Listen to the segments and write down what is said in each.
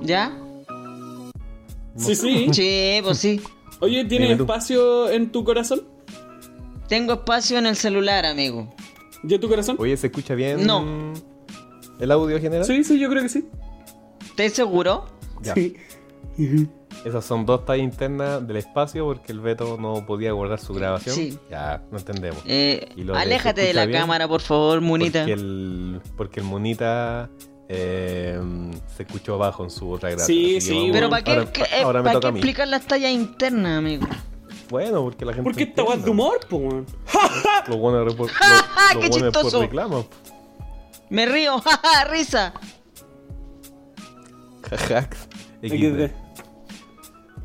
¿Ya? Sí, Mm. sí. Sí, pues sí. Oye, ¿tienes Dime tú. espacio en tu corazón? Tengo espacio en el celular, amigo. ¿Ya tu corazón? Oye, ¿se escucha bien? No. ¿El audio general? Sí, sí, yo creo que sí. ¿Estás seguro? Ya. Sí. Esas son dos tallas internas del espacio porque el Beto no podía guardar su grabación. Sí. Ya, no entendemos. Eh, Y lo de- aléjate ¿se de la escucha bien? cámara, por favor, Munita. Porque el, porque el Monita eh, se escuchó bajo en su otra grabación. Sí, sí, Pero bueno, ¿para qué, ahora, qué- ahora me ¿para toca qué a mí. explicar las tallas internas, amigo? Bueno, porque la gente. ¿Por qué esta entiende. guay de humor, po, weón? Lo bueno es por, lo, ¡Ja, lo qué bueno es por chistoso! reclamo. Me río, jaja, risa. Jajaja. XD. XD.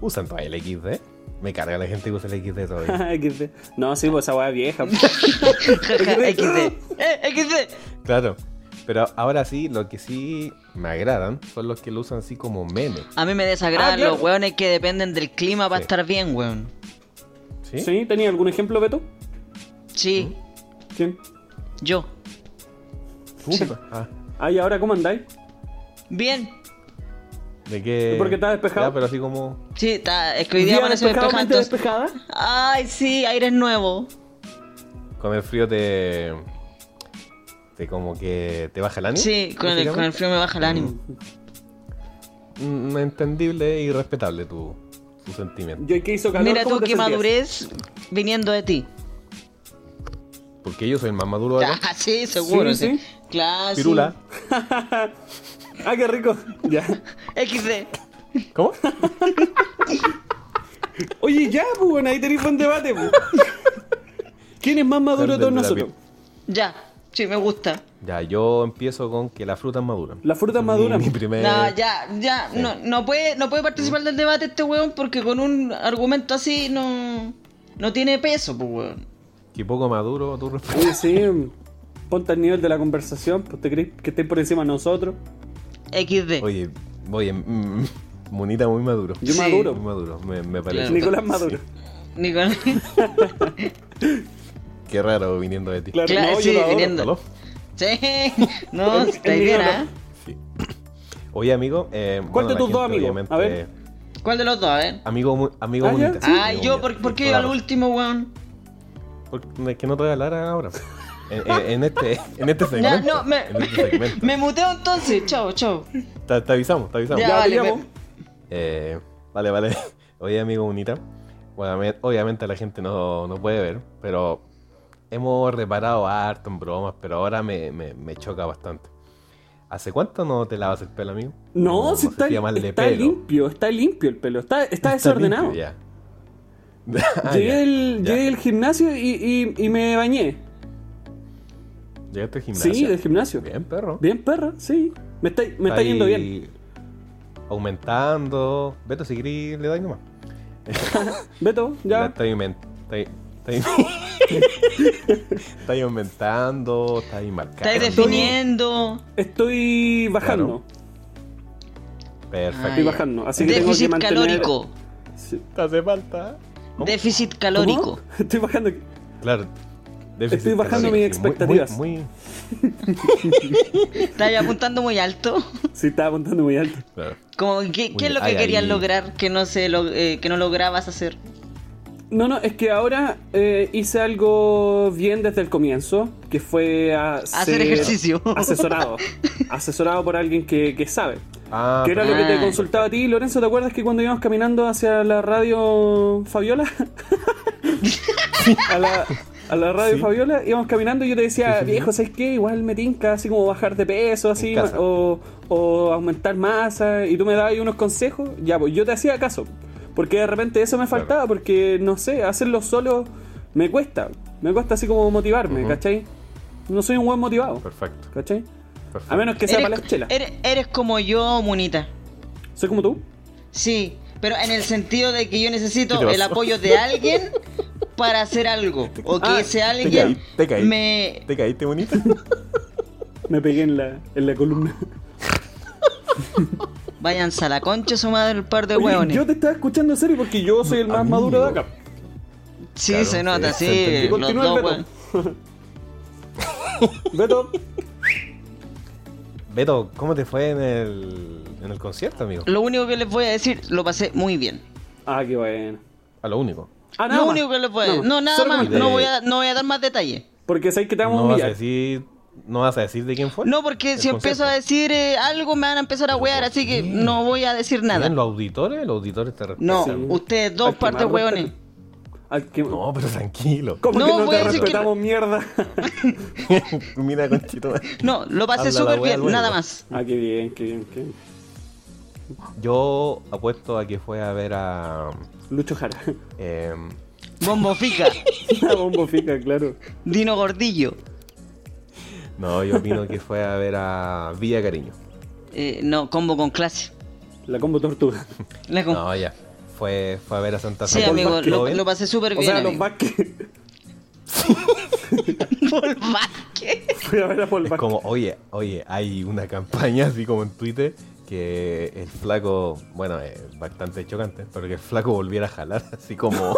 ¿Usan todavía el XD? Me carga la gente que usa el XD todavía. XD. No, sí, pues esa guay vieja. po. Jaja, XD. Eh, XD. claro. Pero ahora sí, lo que sí me agradan son los que lo usan así como meme. A mí me desagradan Ah, claro. los weones que dependen del clima para Sí. estar bien, weón. ¿Sí? ¿Sí? ¿Tenía algún ejemplo, Beto? Sí, ¿Mm? ¿Quién? yo. Puta. Ah, Ah, ¿y ahora cómo andáis? Bien. ¿De qué? ¿Y por qué está despejado? Ya, pero así como. Sí, está, es que hoy día amaneció despejado, mente entonces- despejada? Ay, sí, aire nuevo. Con el frío te. te como que te baja el ánimo. Sí, con el, con el frío me baja el ánimo. Mm, Entendible y respetable tu, tu sentimiento. Yo que hizo calor. Mira ¿cómo tú te qué sentías? madurez viniendo de ti. Porque yo soy el más maduro de acá. Ah, sí, seguro, Sí, sí. sí. Claro. sí. Pirula. Ah, qué rico. Ya. XD. ¿Cómo? Oye, ya, pues, bueno, ahí tenéis buen debate, pues. ¿Quién es más maduro de todos Del de la nosotros? Ya. Sí, me gusta. Ya, yo empiezo con que la fruta es madura. La fruta es madura. Mi, mi primer... No, ya, ya. No, no, puede, no puede Mm. participar del debate este weón porque con un argumento así no, no tiene peso, pues weón. Que poco maduro tu respuesta. Oye, sí. Ponte al nivel de la conversación, pues te crees que estés por encima de nosotros. XD. Oye, oye, mm, monita muy maduro. Yo Sí. maduro. Muy maduro, me, me parece. Claro. Nicolás Maduro. Nicolás. Qué raro viniendo de ti. Claro, Claro, no, sí, yo lo adoro. viniendo. ¿Aló? Sí. No, El- está el bien, Nicolás. ¿ah? Sí. Oye, amigo. Eh, ¿Cuál bueno, de la tus gente, dos, amigo? obviamente, A ver. ¿Cuál de los dos, a ver? Amigo, mu- amigo Ah, ya, monita. sí. Ay, yo, ¿por, por qué yo al último, weón? Porque que no te voy a hablar ahora. En, en- en este, en este Ya, segmento. no, me, En este segmento. me muteo entonces. Chao, chao. Te, te avisamos, te avisamos. Ya, Ya, vale, te me- llamo. Eh, vale, vale. Oye, amigo bonita. Bueno, me- obviamente la gente no, no puede ver, pero hemos reparado harto en bromas, pero ahora me, me- me choca bastante. ¿Hace cuánto no te lavas el pelo, amigo? No, si sé está, llamarle está pelo. limpio, está limpio el pelo, está, está Está desordenado. limpio, ya. Ah, llegué, ya, del- ya. llegué del gimnasio y, y- y me bañé. Llegaste al gimnasio. Sí, del gimnasio. Bien, perro. Bien, perra, sí. Me está, me está Ahí yendo bien. Aumentando. Beto, si querís, le doy nomás. Beto, Ya. ya. está aument- está- está- está aumentando, está ahí marcando. Estáis definiendo. Estoy bajando. Perfecto. Ay, Estoy bajando. Así que tengo que Déficit mantener. calórico. Sí. ¿Te hace falta? ¿Cómo? Déficit calórico. ¿Cómo? Estoy bajando. Claro. Estoy bajando mis calórico, sí, muy- expectativas. Muy, muy- Estáis apuntando muy alto. Sí, estaba apuntando muy alto. claro. Como, ¿qué, qué es lo que Ay, querías ay. lograr que no, se lo- eh, que no lograbas hacer? No, no, es que ahora eh, hice algo bien desde el comienzo, que fue Hacer ejercicio. Asesorado. asesorado por alguien que, que sabe. Ah, que era lo que te Ah. consultaba a ti, Lorenzo. ¿Te acuerdas que cuando íbamos caminando hacia la radio Fabiola? a, la, a la radio Sí. Fabiola íbamos caminando y yo te decía, Sí, sí, sí. viejo, ¿sabes qué? Igual me tinca así como bajar de peso, así, casa. o, o aumentar masa. Y tú me dabas ahí unos consejos. Ya, pues yo te hacía caso. Porque de repente eso me faltaba, porque no sé, hacerlo solo me cuesta. Me cuesta así como motivarme, Ujú. ¿cachai? No soy un buen motivado, perfecto. ¿cachai? perfecto. A menos que sea para las eres, eh, chelas. eres- eres como yo, Munita. ¿Soy como tú? Sí, pero en el sentido de que yo ¿Qué necesito te el pasó? apoyo de alguien para hacer algo. O que Ah, ese alguien caí, te caí. me... ¿Te caíste bonita? Me pegué en la, en la columna. Váyanse a la concha su madre el par de Oye, hueones. yo te estaba escuchando en serio porque yo soy el más Amigo. maduro de acá. Sí, Claro, se nota, sí, sí. se entendió. los Continúa el dos, Beto. hueón. Beto, Beto, ¿cómo te fue en el, en el concierto, amigo? Lo único que les voy a decir, lo pasé muy bien. Ah, qué bueno. A lo único. Ah, nada lo más. único que les voy a decir. Nada No, más. nada Solo más. comentar. No voy, a, no voy a dar más detalles. Porque sabéis que te vamos a No vas a humillar. decir, no vas a decir de quién fue. No, porque el si empiezo concierto. a decir eh, algo me van a empezar a wear, así que qué? no voy a decir Bien, nada. los auditores, los auditores te respetan. No, Sí. ustedes Al dos que partes más hueones. respeto. Al que- No, pero tranquilo. ¿Cómo No, que no voy a te decir que- respetamos mierda? Mira, conchito. No, lo pasé Habla la súper wea bien, luego. nada más. ah, qué bien, qué bien, qué bien. Yo apuesto a que fue a ver a. Lucho Jara. eh, Bombo Fica, La bombo fica, claro. Dino Gordillo. no, yo opino que fue a ver a Villa Cariño. Eh, no, combo con clase. La combo tortuga. La com- No, ya. Fue, fue a ver a Santa sí, Paul amigo, Vázquez, lo, Joven. lo pasé súper O bien. sea, los amigo. Vázquez. Paul Vázquez. Fui a ver a Paul Es Vázquez. como, oye, oye, hay una campaña así como en Twitter que el flaco, bueno, es bastante chocante, pero que el flaco volviera a jalar así como.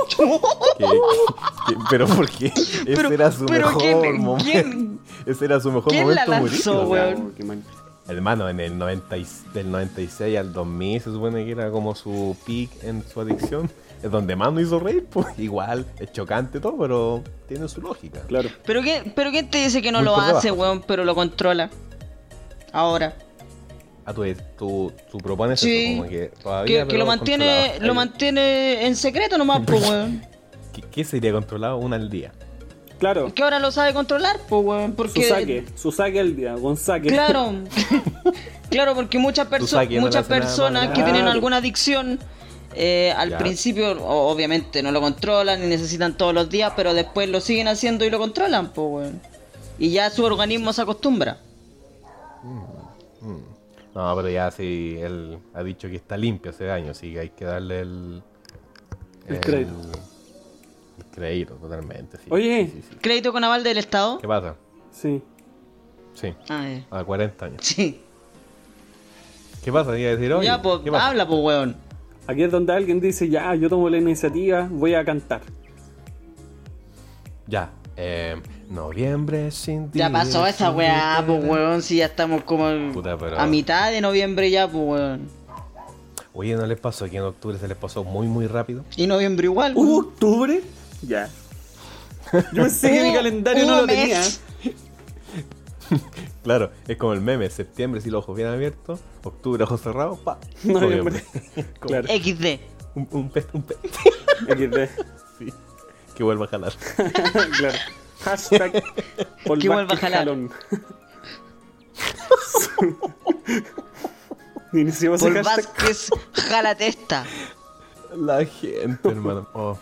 que- que- pero ¿por qué? Ese Pero- era su pero mejor ¿quién- momento. quién- Ese era su mejor quién la momento lanzó, humorístico, o sea, weón? Oh, qué mal. Hermano, en el 90 y- del 96 al 2000 se supone que era como su peak en su adicción. Es donde más nos hizo reír, pues igual, es chocante todo, pero tiene su lógica. Claro. ¿Pero quién, pero quién te dice que no Muy lo por hace, debajo. weón, pero lo controla? Ahora. Ah, tú, tú, tú propones Sí. eso, como que todavía. Que, que pero lo mantiene controlado. lo mantiene en secreto nomás, pues, weón. ¿Qué, qué sería controlado? Una al día. Claro. Que ahora lo sabe controlar, pues, weón. Su Porque saque. Su saque al día. Gonzaque. Claro, claro, porque muchas, perso- Susaki no muchas le hace nada personas malo. que tienen Claro. alguna adicción eh, al Ya. principio o- obviamente no lo controlan y necesitan todos los días, pero después lo siguen haciendo y lo controlan, pues, weón. Y ya su organismo se acostumbra. No, pero ya sí, él ha dicho que está limpio hace años, así que hay que darle el. El crédito. El crédito, totalmente. sí, Oye. sí, sí, sí. Crédito con aval del Estado. ¿Qué pasa? Sí. Sí, Ah, eh. a 40 años. Sí. ¿Qué pasa? Iba a decir, oye, ya, pues, ¿qué pasa? habla, pues, weón. Aquí es donde alguien dice, ya, yo tomo la iniciativa, voy a cantar. Ya. eh, noviembre sin ti. Ya pasó es esa un weá, pues, día. weón. Si ya estamos como en- Puta, pero- a mitad de noviembre ya, pues, weón. Oye, ¿no les pasó que en octubre se les pasó muy, muy rápido? Y noviembre igual. Uh, ¿Hubo weón. octubre? Ya. Yo pensé que mi Hubo- calendario no hubo lo tenía. mes. Claro, es como el meme, septiembre si los ojos bien abiertos, octubre ojos cerrados, pa. Noviembre. Noviembre. Como Claro. XD. Un, un pez, un pez. XD. Sí. Que vuelva a jalar. claro. Hashtag Paul Que vuelva a Vázquez jalar. jalón. Iniciamos el Por hashtag. Vázquez, jálate esta. La gente, hermano. Oh.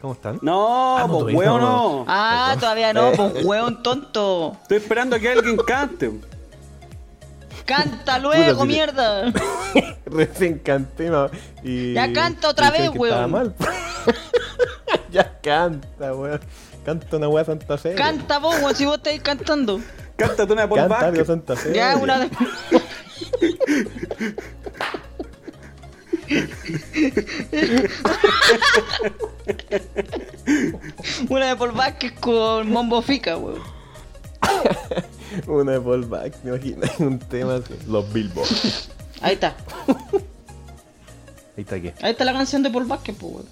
¿Cómo están? No, Ah, no, pues todavía huevo no. no. Ah, Perdón. todavía no, Eh. pues hueón tonto. Estoy esperando a que alguien cante. Canta luego, Puta, sí. mierda. Recién canté, no, Y... Ya canta otra dijeron vez, que estaba weón. mal. ya canta, weón. Canta una weá Santa Fe. Canta vos, weón, si vos estáis cantando. Cántate una de Paul Canta algo Vázquez. Santa Fe. Eh. Ya una de... Una de Paul Vázquez con Mombo Fica, weón. Una de Paul Back, me imagino. Un tema así. Los Bilbo. Ahí Ahí está. está que. Ahí está la canción de Paul Vázquez, pues, weón.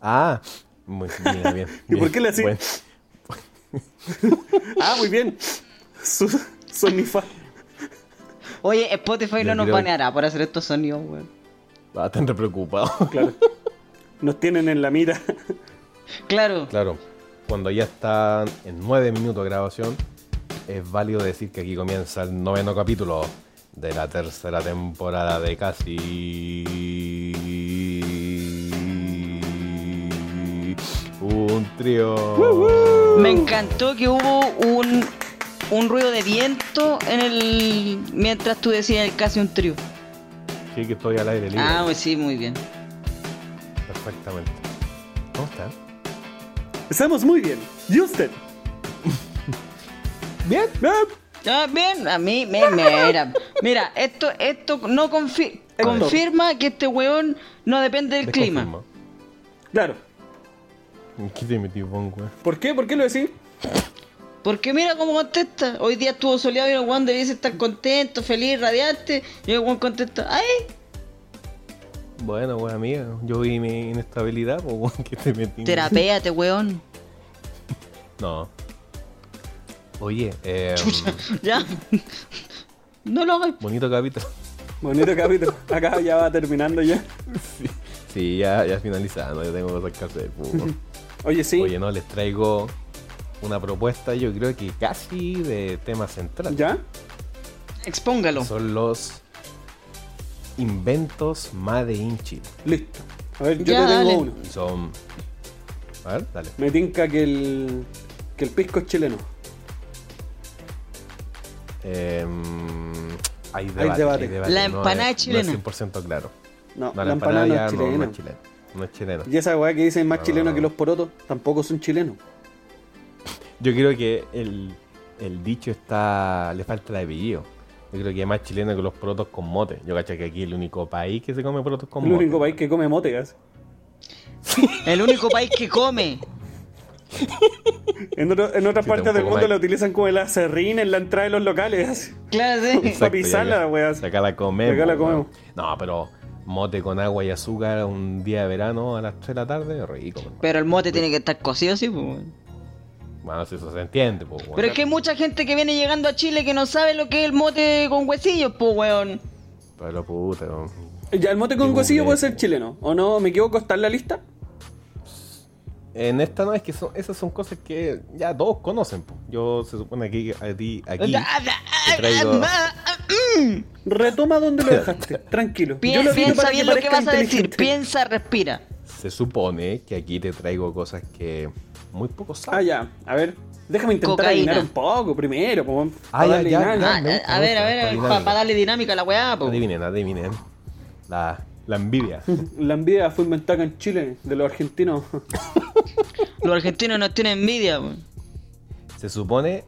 Ah. Muy bien, bien. ¿Y por qué le así? hacía- Ah, muy bien. Su, sonifa. Oye, Spotify Ya no nos creo- baneará por hacer estos sonidos, weón. Bastante preocupado. Claro. Nos tienen en la mira. Claro. Claro, cuando ya están en nueve minutos de grabación, es válido decir que aquí comienza el noveno capítulo de la tercera temporada de casi. Un trío. Me encantó que hubo un, un ruido de viento en el mientras tú decías el casi un trío. Sí, que estoy al aire libre. Ah, pues sí, muy bien. Perfectamente. ¿Cómo están? Estamos muy bien. ¿Y usted? Bien. Ah, Ah, bien, a mí me, me era. Mira, esto esto no confi- Esto. confirma que este weón no depende del clima. Desconfirmo. Claro. ¿En qué te metí, Bon, güey? ¿Por qué? ¿Por qué lo decís? Porque mira cómo contesta. Hoy día estuvo soleado y el weón debiese estar contento, feliz, radiante. Y el weón contesta, ¡ay! Bueno, pues amiga, yo vi mi inestabilidad, pues weón, que te metí. Terapéate, weón. No. Oye, eh, Chucha, ya. No lo hagas. bonito capítulo. Bonito capítulo. Acá ya va terminando ya. Sí, ya, ya finalizando, yo tengo cosas que hacer. pues, weón. Oye, sí. Oye, no, les traigo una propuesta, yo creo que casi de tema central. ¿Ya? Expóngalo. Son los inventos Made in Chile. Listo. A ver, yo Ya, te tengo dale. uno. Son. A ver, dale. Me tinca que el, que el pisco es chileno. Eh, hay debate. debate. hay debate, La no empanada es- chilena. No es 100% claro. No, No, la empanada no es ya chilena. no es chilena. No es chilena. Y esa weá que dicen más No, chileno no. que los porotos, tampoco son chilenos. Yo creo que el, el dicho está. le falta el apellido. Yo creo que es más chileno que los protos con mote. Yo cacho que aquí es el único país que se come protos con El mote. único país que come mote, casi. El único país que come. En, otro- en otras Sí, partes del tampoco mundo hay. la utilizan como el acerrín en la entrada de los locales. así. Claro, sí. Exacto, pa' pisarla, y acá- weá. y Acá la comemos. Y acá la weón. comemos. No, pero mote con agua y azúcar un día de verano a las 3 de la tarde, rico. weón. Pero el mote tiene que estar cocido, sí, pues. weón. Bueno, si eso se entiende, pues. weón. Pero es que hay mucha gente que viene llegando a Chile que no sabe lo que es el mote con huesillos, pues, weón. Pero puta, weón. Ya, el mote con Yo huesillo googleé. puede ser chileno. ¿O no? ¿Me equivoco? ¿Está en la lista? En esta no es que son, esas son cosas que ya todos conocen. po. Yo se supone aquí, a ti, aquí. te traigo- Retoma donde lo dejaste. Tranquilo. Pi- Yo lo digo piensa para bien lo que parezca vas a decir, inteligente. piensa, respira. Se supone que aquí te traigo cosas que muy pocos Ah, saben. ya. A ver. Déjame intentar Cocaína. adivinar un poco primero. po, Ah, ya, dale ya, nada. ya. Ah, me gusta, a me ver, a gusta, ver, para está dinámica. darle dinámica a la weá, po. Adivinen, adivinen. La, la envidia. La envidia fue inventada en Chile, de los argentinos. Ah. Los argentinos nos tienen envidia, po. Se supone.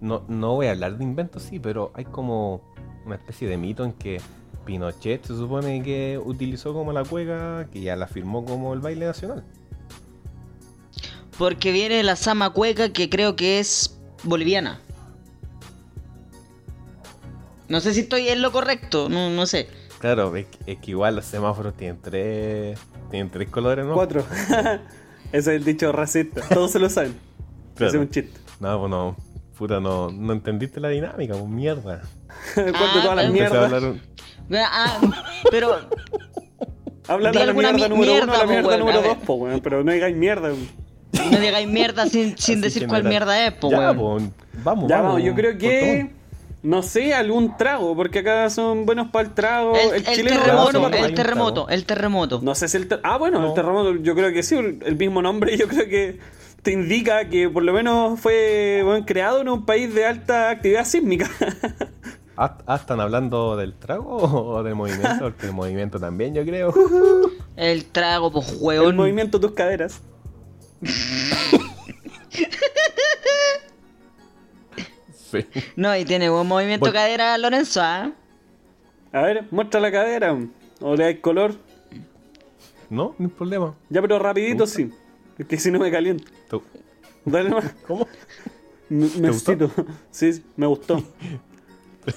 No, no voy a hablar de inventos, sí, pero hay como una especie de mito en que Pinochet se supone que utilizó como la cueca, que ya la firmó como el baile nacional. Porque viene la sama cueca que creo que es boliviana. No sé si estoy en lo correcto, no, no sé. Claro, es que, es que igual los semáforos tienen tres, tienen tres colores, ¿no? Cuatro. Ese es el dicho racista. Todos se lo saben. Claro. Ese es un chiste. No, pues no. Puta, no, no entendiste la dinámica, pues mierda. Ah, Cuento todas las pero- Empecé a mierdas. hablar un- Ah, pero Habla Di de la alguna mierda mi- número uno mierda, a la po, mierda weón, número a ver. dos, po, weón. Pero no digáis mierda. weón. no digáis mierda sin, sin así decir que cuál nada. mierda es, po, Ya, weón. pues, vamos, Ya, vamos. vamos, yo creo que. cortón. No sé, algún trago, porque acá son buenos para el trago. El, El, el chileno vamos a terremoto, tomar el ahí un terremoto, trago. el terremoto. No sé si el ter- Ah, bueno, No. el terremoto, yo creo que sí, el mismo nombre, yo creo que te indica que por lo menos fue bueno, creado en un país de alta actividad sísmica. Ah, ah, ¿Están hablando del trago o del movimiento? Porque el movimiento también, yo creo. El trago, pues, el weón. movimiento de tus caderas. Sí. No, y tiene buen movimiento Vol- cadera Lorenzo, ¿ah? A ver, muestra la cadera. O le das color. No, no hay problema. Ya, pero rapidito sí. Es que si no me caliento. Tú- Dale más. ¿Cómo? Me, me gustó? excito. Sí, sí, me gustó.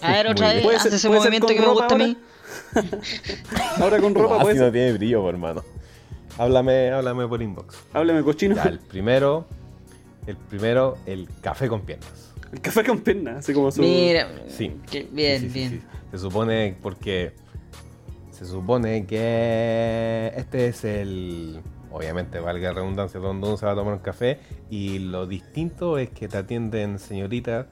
A ver, otra vez, Muy bien. ¿Puede hace ser- ese puede ser movimiento con que me ropa gusta a mí. Ahora con ropa Ah, si puede no ser. tiene brillo, po, hermano. Háblame, háblame por inbox. Háblame cochino. Ya, el primero, el primero, el café con piernas. El café con piernas, así como su. Mira, Sí. que- bien, Sí, sí, sí, bien. sí. Se supone porque se supone que este es el obviamente valga la redundancia donde uno se va a tomar un café y lo distinto es que te atienden señoritas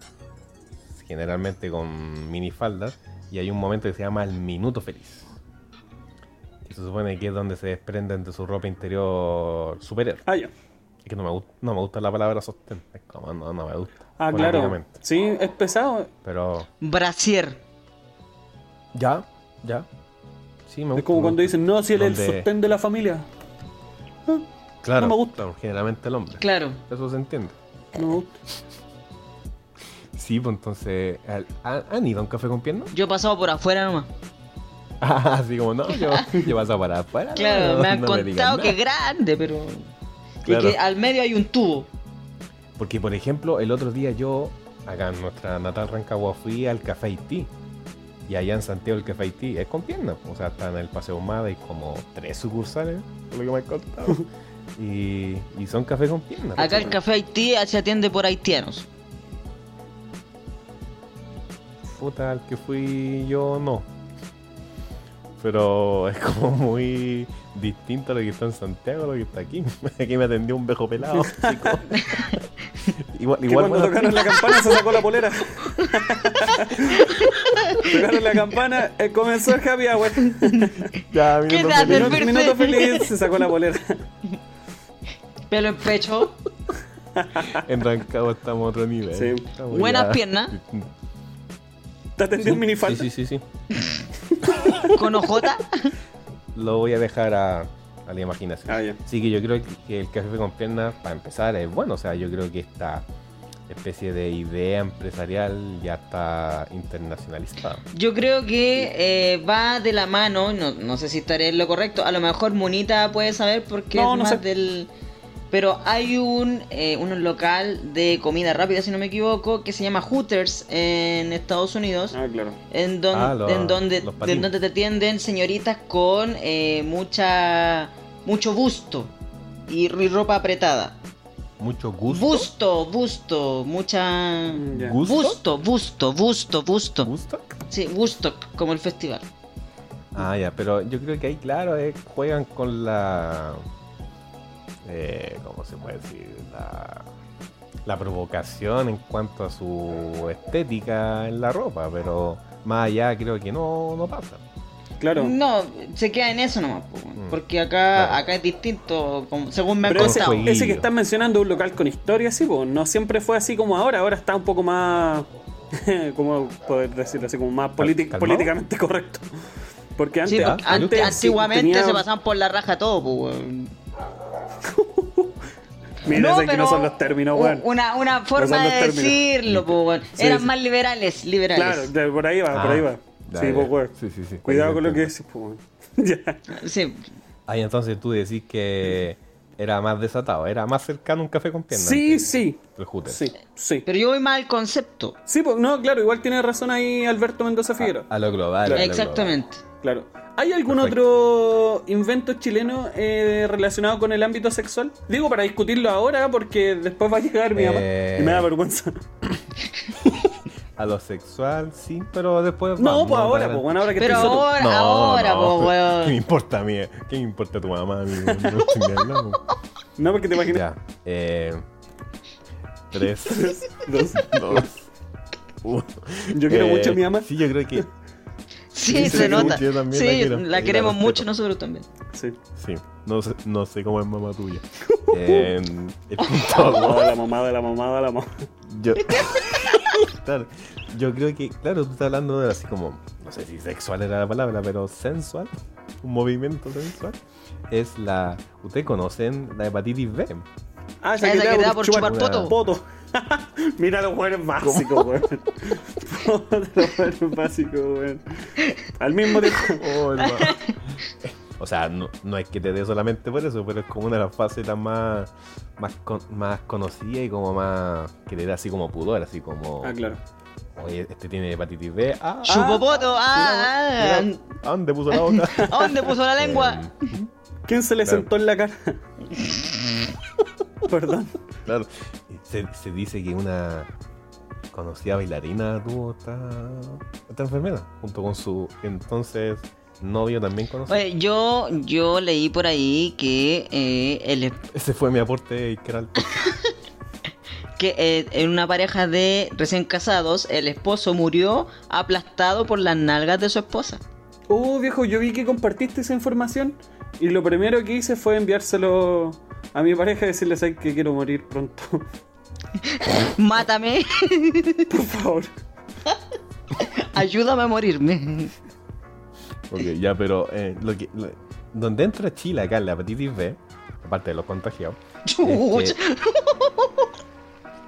generalmente con minifaldas y hay un momento que se llama el minuto feliz. Que se supone que es donde se desprenden de su ropa interior superhéroe. Ah, ya. Es que no me, gust- no me gusta la palabra sostén. Es como, no, no me gusta. Ah, claro. políticamente. Sí, es pesado. Pero Brasier. Ya, ya. Sí, me Es como cuando dicen, no, si él es el Donde- sostén de la familia. Ah, Claro, no me gusta. claro, generalmente el hombre. Claro. Eso se entiende. no me gusta. Sí, pues entonces. al- ¿Han, han ido a un café con piernas? Yo he pasado por afuera nomás. Así como, no, yo, yo vas a parar. para, Claro, Ah, no, me han no digan contado que es nada. grande, pero. Y Claro. que al medio hay un tubo. Porque, por ejemplo, el otro día yo, acá en nuestra natal Rancagua, fui al Café Haití. Y allá en Santiago el Café Haití es con piernas. O sea, está en el Paseo Humada hay como tres sucursales, por lo que me han contado. y, y son café con piernas. Acá el Café Haití se atiende por haitianos. Puta, al que fui yo no. Pero es como muy distinto a lo que está en Santiago, a lo que está aquí. Aquí me atendió un bejo pelado. chico. igual, Que igual cuando bueno, tocaron la campana se sacó la polera. tocaron la campana, eh, comenzó el happy hour. ya, ¿Qué minuto te hace? feliz. Minuto, minuto feliz, se sacó la polera. Pelo en pecho. En Rancagua estamos a otro nivel. Sí. Estamos Buenas ya- piernas. Te atendió un minifalda. Sí, sí, sí, sí. Con ojota. Lo voy a dejar a, a la imaginación. Ah, ya. Así que yo creo que- que el café con piernas, para empezar, es bueno. O sea, yo creo que esta especie de idea empresarial ya está internacionalizada. Yo creo que eh, va de la mano, no, no sé si estaré en lo correcto, a lo mejor Munita puede saber porque No, es no más sé. del... Pero hay un, eh, un local de comida rápida, si no me equivoco, que se llama Hooters en Estados Unidos, Ah, claro. en, don- Ah, los- en donde, los en patines. donde te atienden señoritas con eh, mucha mucho busto y, y ropa apretada. Mucho gusto. Busto, busto, mucha... Mm, ya. ¿Gusto? Busto, busto, busto, busto. ¿Gusto? Sí, Woodstock, como el festival. Ah, ya, pero yo creo que ahí, claro, eh, juegan con la. eh, ¿Cómo se puede decir? La, la provocación en cuanto a su estética en la ropa, pero más allá creo que no, no pasa. Claro. No, se queda en eso nomás, po, weón, Mm. porque acá, Claro. acá es distinto, como- según me han Pero ese, contado. jueguillo. ese que estás mencionando, un local con historia, sí, pues no siempre fue así como ahora. Ahora está un poco más. ¿Cómo poder decirlo así? Como más politi- calmado? políticamente correcto. Porque antes. Sí, porque ah, ante- antes sí antiguamente tenía- se pasaban por la raja todo, po, weón. Mira, sé que no pero son los términos, u- weón. Una, una forma son los de términos. decirlo, po, weón. Sí, Eran sí. más liberales, Claro, liberales. de- por ahí va, por Ah, ahí va. ya, sí, ya. pues, weón. Sí, sí, sí. Cuidado con lo que Entiendo. decís, pues, weón. Ya. Sí. Ahí entonces tú decís que era más desatado, era más cercano a un café con piernas. Sí, que sí. El Hooters. Sí, sí. Pero yo voy más al concepto. Sí, pues, no, claro, igual tiene razón ahí Alberto Ah. Mendoza Figueroa. A, a lo global. a lo Exactamente. Claro. ¿Hay algún otro invento chileno eh, relacionado con el ámbito sexual? Digo para discutirlo ahora porque después va a llegar mi mamá Eh. y me da vergüenza. global. A lo sexual, sí, pero después. No, vamos, pues ahora, para- pues bueno, ahora que Pero estoy solo. ahora, ahora, po, ¿Qué me weón. importa a mí? ¿Qué me importa tu mamá? amigo? No chingarla, po. No, porque te imaginas. ya. Eh, tres, Dos. dos, uno. Yo quiero Eh, mucho a mi mamá. Sí, yo creo que. Sí, Sí, se sí, nota. yo también la Sí, quiero. Y la la queremos respeto. mucho nosotros también. Sí. Sí, no sé, no sé cómo es mamá tuya. Eh, el punto dos. Oh, la mamada, la mamada, la mamada. Yo. Claro, yo creo que, claro, tú estás hablando de así como, no sé si sexual era la palabra, pero sensual, un movimiento sensual, es la. Ustedes conocen la hepatitis B. Ah, Esa que te da por chupar poto. poto. Mira los weones básicos, weón. Puta, los weones básicos, weón. Al mismo tiempo. Oh, hermano. o sea, no, no es que te dé solamente por eso, pero es como una de las facetas más, más, con- más conocida y como más. que te da así como pudor, así como. Ah, claro. Oye, este tiene hepatitis B. Ah, ah, Chupopoto, ah, mira, ¿a ¿Dónde puso la boca? ah. ¿A dónde puso la lengua? Em, ¿Quién se le Claro. sentó en la cara? Perdón. Claro, se, se dice que una conocida bailarina tuvo esta, esta enfermedad, junto con su entonces novio también conocido. Oye, yo, yo leí por ahí que, eh, el, Ese fue mi aporte, que era el que eh, en una pareja de recién casados, el esposo murió aplastado por las nalgas de su esposa. Oh, viejo, yo vi que compartiste esa información y lo primero que hice fue enviárselo a mi pareja y decirle "Sabes que quiero morir pronto. Mátame, Por favor. ayúdame a morirme. Ok, ya, pero eh, lo que, lo- donde entra Chile acá en la hepatitis B, aparte de los contagiados, Chucha.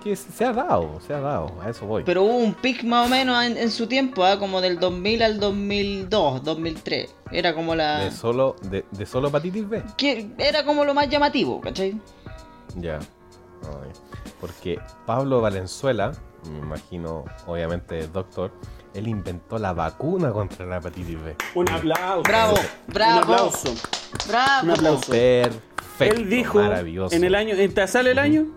que se ha dado, se ha dado, a eso voy. Pero hubo un pic más o menos en, en su tiempo, ah, como del 2000 al 2002, 2003. Era como la... De solo, de, de solo hepatitis B. que era como lo más llamativo, ¿cachai? Ya. Ay. Porque Pablo Valenzuela, me imagino, obviamente, el doctor, él inventó la vacuna contra la hepatitis B. Un aplauso. Bravo, bravo. Un aplauso. Bravo. Un aplauso. Perfecto. Él dijo maravilloso. en el año, ¿en te sale el año?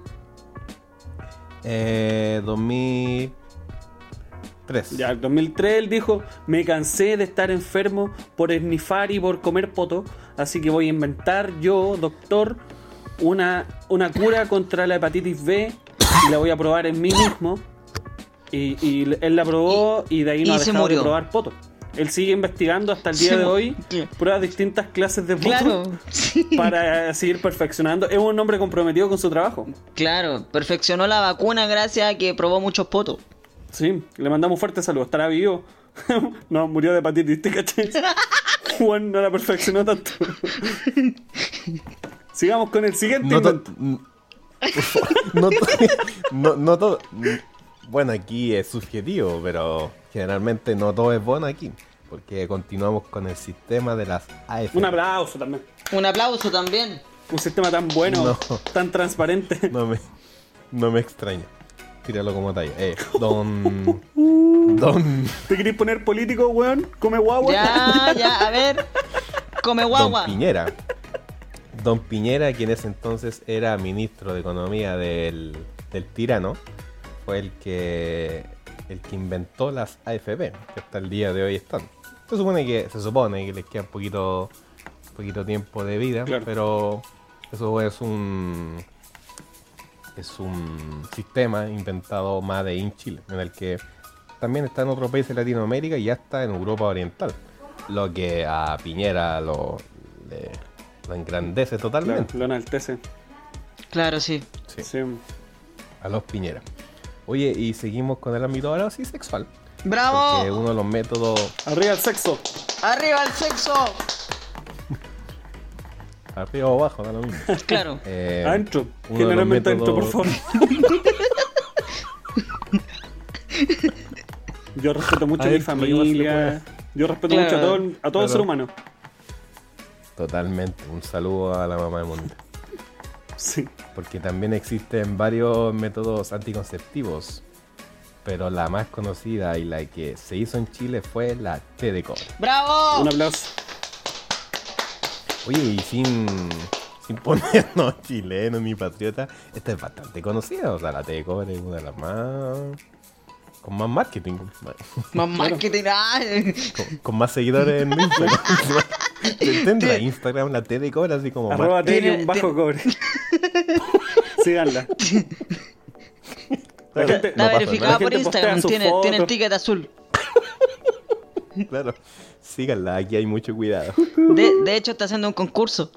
Eh, 2003. Ya, el 2003 él dijo, me cansé de estar enfermo por esnifar y por comer poto, así que voy a inventar yo, doctor, una, una cura contra la hepatitis B y la voy a probar en mí mismo. Y, y él la probó y, de ahí no y ha se dejado de murió. probar poto. Él sigue investigando hasta el día Se de mu- hoy, ¿Qué? prueba distintas clases de poto Claro, sí. para seguir perfeccionando. Es un hombre comprometido con su trabajo. Claro, perfeccionó la vacuna gracias a que probó muchos potos. Sí, le mandamos fuerte saludo. Estará vivo. no, murió de hepatitis, ¿te caché? Juan no la perfeccionó tanto. Sigamos con el siguiente. No, to- invento. n- no, to- no, no todo. n- Bueno, aquí es subjetivo, pero generalmente no todo es bueno aquí. Porque continuamos con el sistema de las AF. Un aplauso también. Un aplauso también. Un sistema tan bueno, No. tan transparente. No me, no me extraña. Tíralo como talla. Eh, don. Don. ¿Te querés poner político, weón? Come guagua. Ya, ya, a ver. Come guagua. Don Piñera. Don Piñera, quien es entonces era ministro de Economía del, del tirano, fue el que el que inventó las AFP, que hasta el día de hoy están. Se supone que, se supone que les queda un poquito, poquito tiempo de vida, Claro. pero eso es un es un sistema inventado más de in Chile, en el que también está en otros países de Latinoamérica y hasta en Europa Oriental. Lo que a Piñera lo, le- lo engrandece Claro, totalmente. lo enaltece. Claro, sí. Sí. Sí. A los Piñera. Oye, y seguimos con el ámbito ahora sí sexual. Porque ¡Bravo! uno de los métodos Arriba el sexo. ¡Arriba el sexo! arriba o abajo, da lo mismo. Claro. Eh, Adentro. uno de los Generalmente adentro, por métodos- favor. Yo respeto mucho a Adentro, mi yo más le familia. Yo respeto Claro. mucho a todo, a todo Claro. ser humano. Totalmente. Un saludo a la mamá del mundo. Sí. Porque también existen varios métodos anticonceptivos. Pero la más conocida y la que se hizo en Chile fue la TDCO. ¡Bravo! Un aplauso. Oye, y sin, sin ponernos chilenos ni patriotas, esta es bastante conocida. O sea, la TDCO es una de las más. con más marketing. Con, Mamá que te ah, ay, con más seguidores en Instagram. Tendrá Instagram la TDCO era así como. mar- Arroba Tiene- Tele un bajo tiene- cobre. Síganla. La gente- Está pasa, verificada ¿no? La por gente Instagram, postea sus tiene, tiene el fotos. ticket azul. Claro. Síganla, aquí hay mucho cuidado. Uh-huh. De, de hecho, está haciendo un concurso.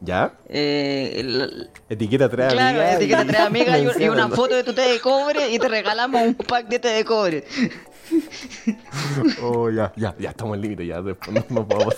¿Ya? Eh, el- Etiqueta a tres claro, amigas. etiqueta a tres amigas y, un- y una menciónalo. foto de tu té de cobre y te regalamos un pack de té de cobre. Oh, ya, ya, ya estamos al límite, ya después no, no podemos.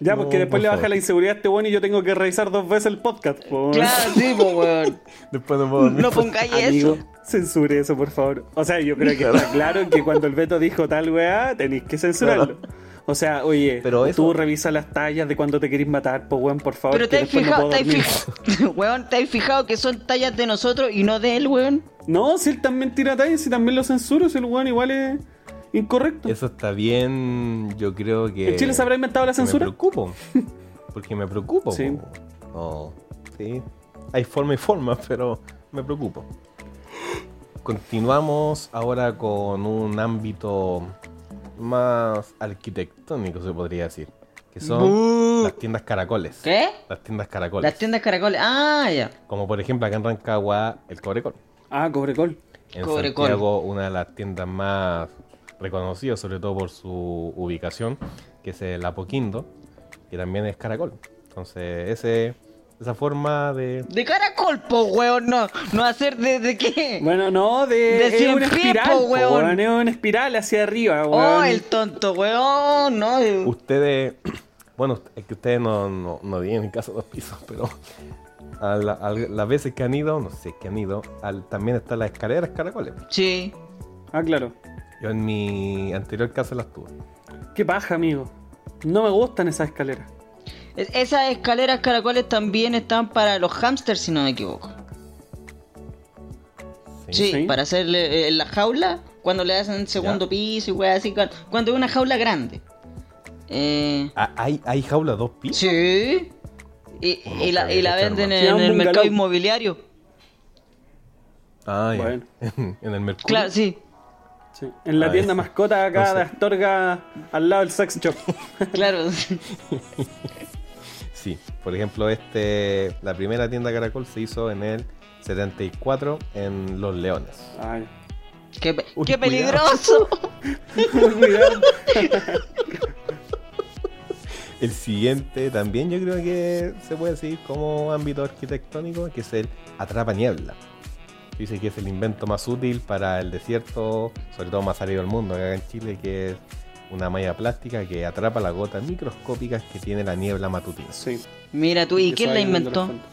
Ya, No, porque después por le baja favor. la inseguridad a este bueno y yo tengo que revisar dos veces el podcast. po. Claro, sí, po, weón. Después no podemos. No pongáis Amigo, eso. censure eso, por favor. O sea, yo creo que está claro que cuando el Beto dijo tal weá, tenéis que censurarlo. O sea, oye, Pero eso- tú revisa las tallas de cuando te querís matar, pues weón, por favor. Pero te que has después fijado, no te puedo has dormir. fijado, weón, te has fijado que son tallas de nosotros y no de él, weón. No, si él también tira tallas, si también lo censuro, si el weón igual es incorrecto. Eso está bien, yo creo que. ¿En Chile se habrá inventado la que censura? Me preocupo. Porque me preocupo. Sí. po. No, sí. Hay forma y forma, pero me preocupo. Continuamos ahora con un ámbito más arquitectónico, se podría decir. Que son Bu- las tiendas caracoles. ¿Qué? Las tiendas caracoles. Las tiendas caracoles. Ah, ya. Como por ejemplo acá en Rancagua, el Cobrecol. Ah, Cobrecol. En Cobrecol. Santiago, una de las tiendas más reconocidas, sobre todo por su ubicación, que es el Apoquindo, que también es Caracol. Entonces, ese, esa forma de... De caracol, po, weón, no, no hacer de, de qué. Bueno, no, de, De es una cien pies, espiral, po, po, weón. weón, Es una espiral hacia arriba, oh, weón. el tonto, weón, no. eh, Ustedes, bueno, es que ustedes no, no, no viven en casa dos pisos, pero a, la- a las veces que han ido, no sé si es que han ido, al- también están las escaleras Caracoles. Sí. Ah, claro. Yo en mi anterior casa las tuve. Qué paja, amigo. No me gustan esas escaleras. Es- Esas escaleras caracoles también están para los hamsters, si no me equivoco. Sí, Sí. para hacerle eh, en la jaula, cuando le hacen segundo piso y weas así, cuan- cuando es una jaula grande. Eh, Ah, ¿Hay, hay jaula dos pisos? sí. Y, y la, y la Cabrón, venden en, Sí, un el bungalow. mercado inmobiliario. Ah, ya. Bueno. en el mercurio. Claro, sí. Sí. En la Ah, tienda ese. mascota acá No sé. de Astorga, al lado del sex shop. Claro. Sí, por ejemplo, este, la primera tienda Caracol se hizo en el 74 en Los Leones. Ay. ¡Qué, pe- Uy, qué cuidado. peligroso! Cuidado. El siguiente también yo creo que se puede decir como ámbito arquitectónico, que es el Atrapa Niebla. Dice que es el invento más útil para el desierto, sobre todo más árido del mundo, acá en Chile, que es una malla plástica que atrapa las gotas microscópicas que tiene la niebla matutina. Sí. Mira tú, ¿y Eso quién la ahí no inventó? lo cuento.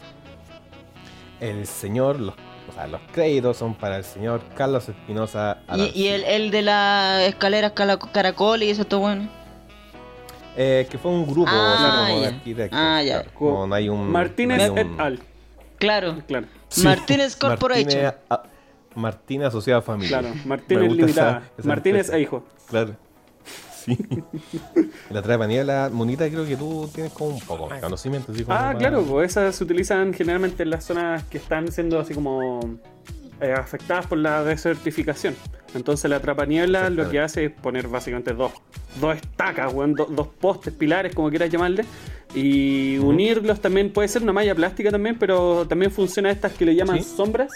El señor, los, o sea, los créditos son para el señor Carlos Espinosa Y, y el, el de las escaleras cala- caracol y eso, todo bueno. Eh, que fue un grupo Ah, como de ya. arquitectos. Ah, ya. claro. Como no hay un. Martínez no hay et un- al. Claro. Claro, Sí. Martínez Corporation. Martínez, a- Martínez Asociada Familia. claro. Me Martínez gusta Limitada. esa- esa Martínez empresa. e hijo. Claro. Sí. la trapa niebla, monita, creo que tú tienes como un poco de conocimiento. Así como Ah, para- claro, pues esas se utilizan generalmente en las zonas que están siendo así como eh, afectadas por la desertificación. Entonces la trapaniebla lo que hace es poner básicamente dos, dos estacas, weón, do- dos postes, pilares, como quieras llamarle, y unirlos también, puede ser una malla plástica también, pero también funciona estas que le llaman Sí. sombras,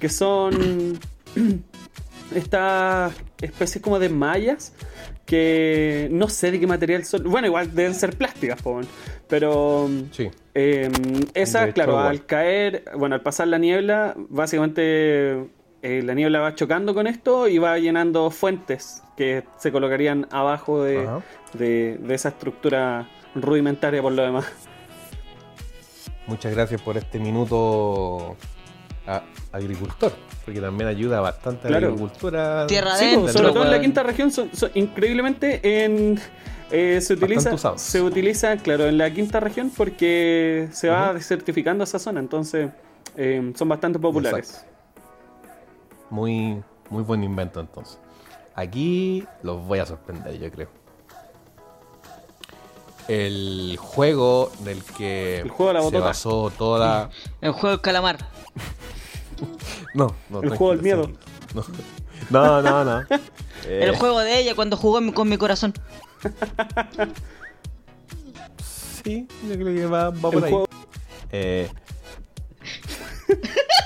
que son estas especies como de mallas que no sé de qué material son. Bueno, igual deben ser plásticas, po, weón. pero Sí. eh, esa, De hecho, claro, igual. al caer, bueno, al pasar la niebla, básicamente eh, la niebla va chocando con esto y va llenando fuentes que se colocarían abajo de, Ajá. de- de esa estructura rudimentaria por lo demás. Muchas gracias por este minuto a- agricultor, porque también ayuda bastante a la Claro. agricultura. Tierra Sí, adentro, pues, sobre todo en la weón. quinta región, son- son- increíblemente en, eh, se utiliza, Bastante usados. se utiliza, claro, en la quinta región porque se va Ujú. desertificando esa zona, entonces eh, son bastante populares. Exacto. Muy, muy buen invento entonces. Aquí los voy a sorprender, yo creo. El juego del que El juego de la se botota. basó toda El juego del calamar. No, no. El juego del miedo. tranquilo. No, no, no. no. Eh, El juego de ella cuando jugó mi- con mi corazón. Sí, yo creo que va, va por El ahí. juego- Eh,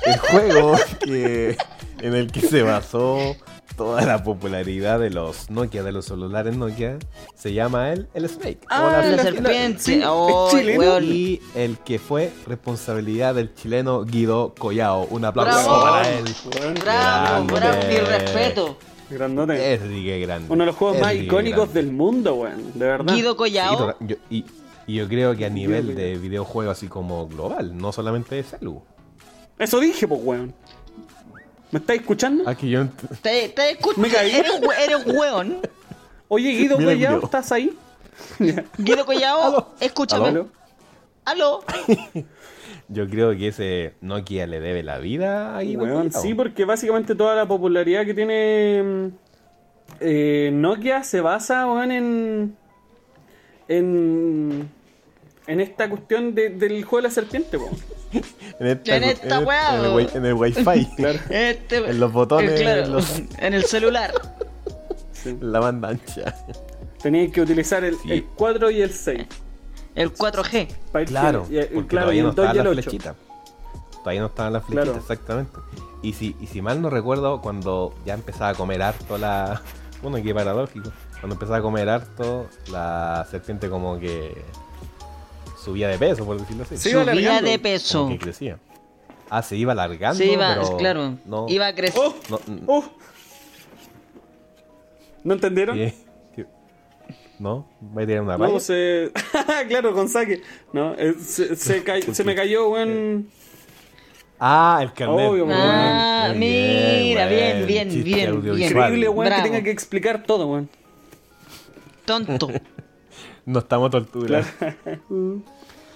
el juego que, en el que se basó toda la popularidad de los Nokia, de los celulares Nokia, se llama el, el Snake. o Ah, La la- serpiente. sí, oh, es chileno. weón. Y el que fue responsabilidad del chileno Guido Collao. Un aplauso ¡Bravo! para él. Bueno, Bravo, Grande. bravo, mi respeto. grandote. Es que grande. Uno de los juegos es más de que icónicos grande. del mundo, weón. De verdad. Guido Y, Collao. to- yo, y- y yo creo que a nivel Guido. de videojuego así como global, no solamente de celu. Eso dije, pues, weón. ¿Me estáis escuchando? Aquí Ah, yo ent- Te, te escucho. Me caí. Eres, un we- eres un weón. Oye, Guido, Mira, Collao, Guido. ¿estás ahí? Ya. Guido Collao, Aló. escúchame. Aló. Aló. yo creo que ese Nokia le debe la vida a Guido Weón, Collao. sí, porque básicamente toda la popularidad que tiene mm, eh, Nokia se basa, weón, en. en. en esta cuestión de- del juego de la serpiente, weón. en, esta- En esta en- weá, en el, weón. wi- en el wifi. Este- En los botones, eh, claro, en los- en el celular. La banda ancha. Tenías que utilizar el, Sí. el 4 y el 6. El 4G. pa' ir Claro, y el- porque claro, y todavía el no 2 estaban y el las 8. flechitas. Todavía no estaban las flechitas, Claro. exactamente. Y si, y si mal no recuerdo, cuando ya empezaba a comer harto la... Bueno, qué paradójico. Cuando empezaba a comer harto, la serpiente como que subía de peso, por decirlo así. Sí, Se iba Subía alargando. de Como peso. que crecía. Ah, se iba alargando. Se iba, pero claro. No, Iba a crecer. ¡Oh! no, ¡Oh! ¿No entendieron? sí, sí. no, va a tirar una raya. No, se... claro, con saque. No, eh, se, se ca- se me cayó, weón. Ah, el carnet. Obvio, Muy Ah, bien, muy mira, bien, buen bien, chiste bien, bien. audiovisual. Increíble, weón, Bravo. que tenga que explicar todo, weón. Tonto. Mm. No estamos torturando.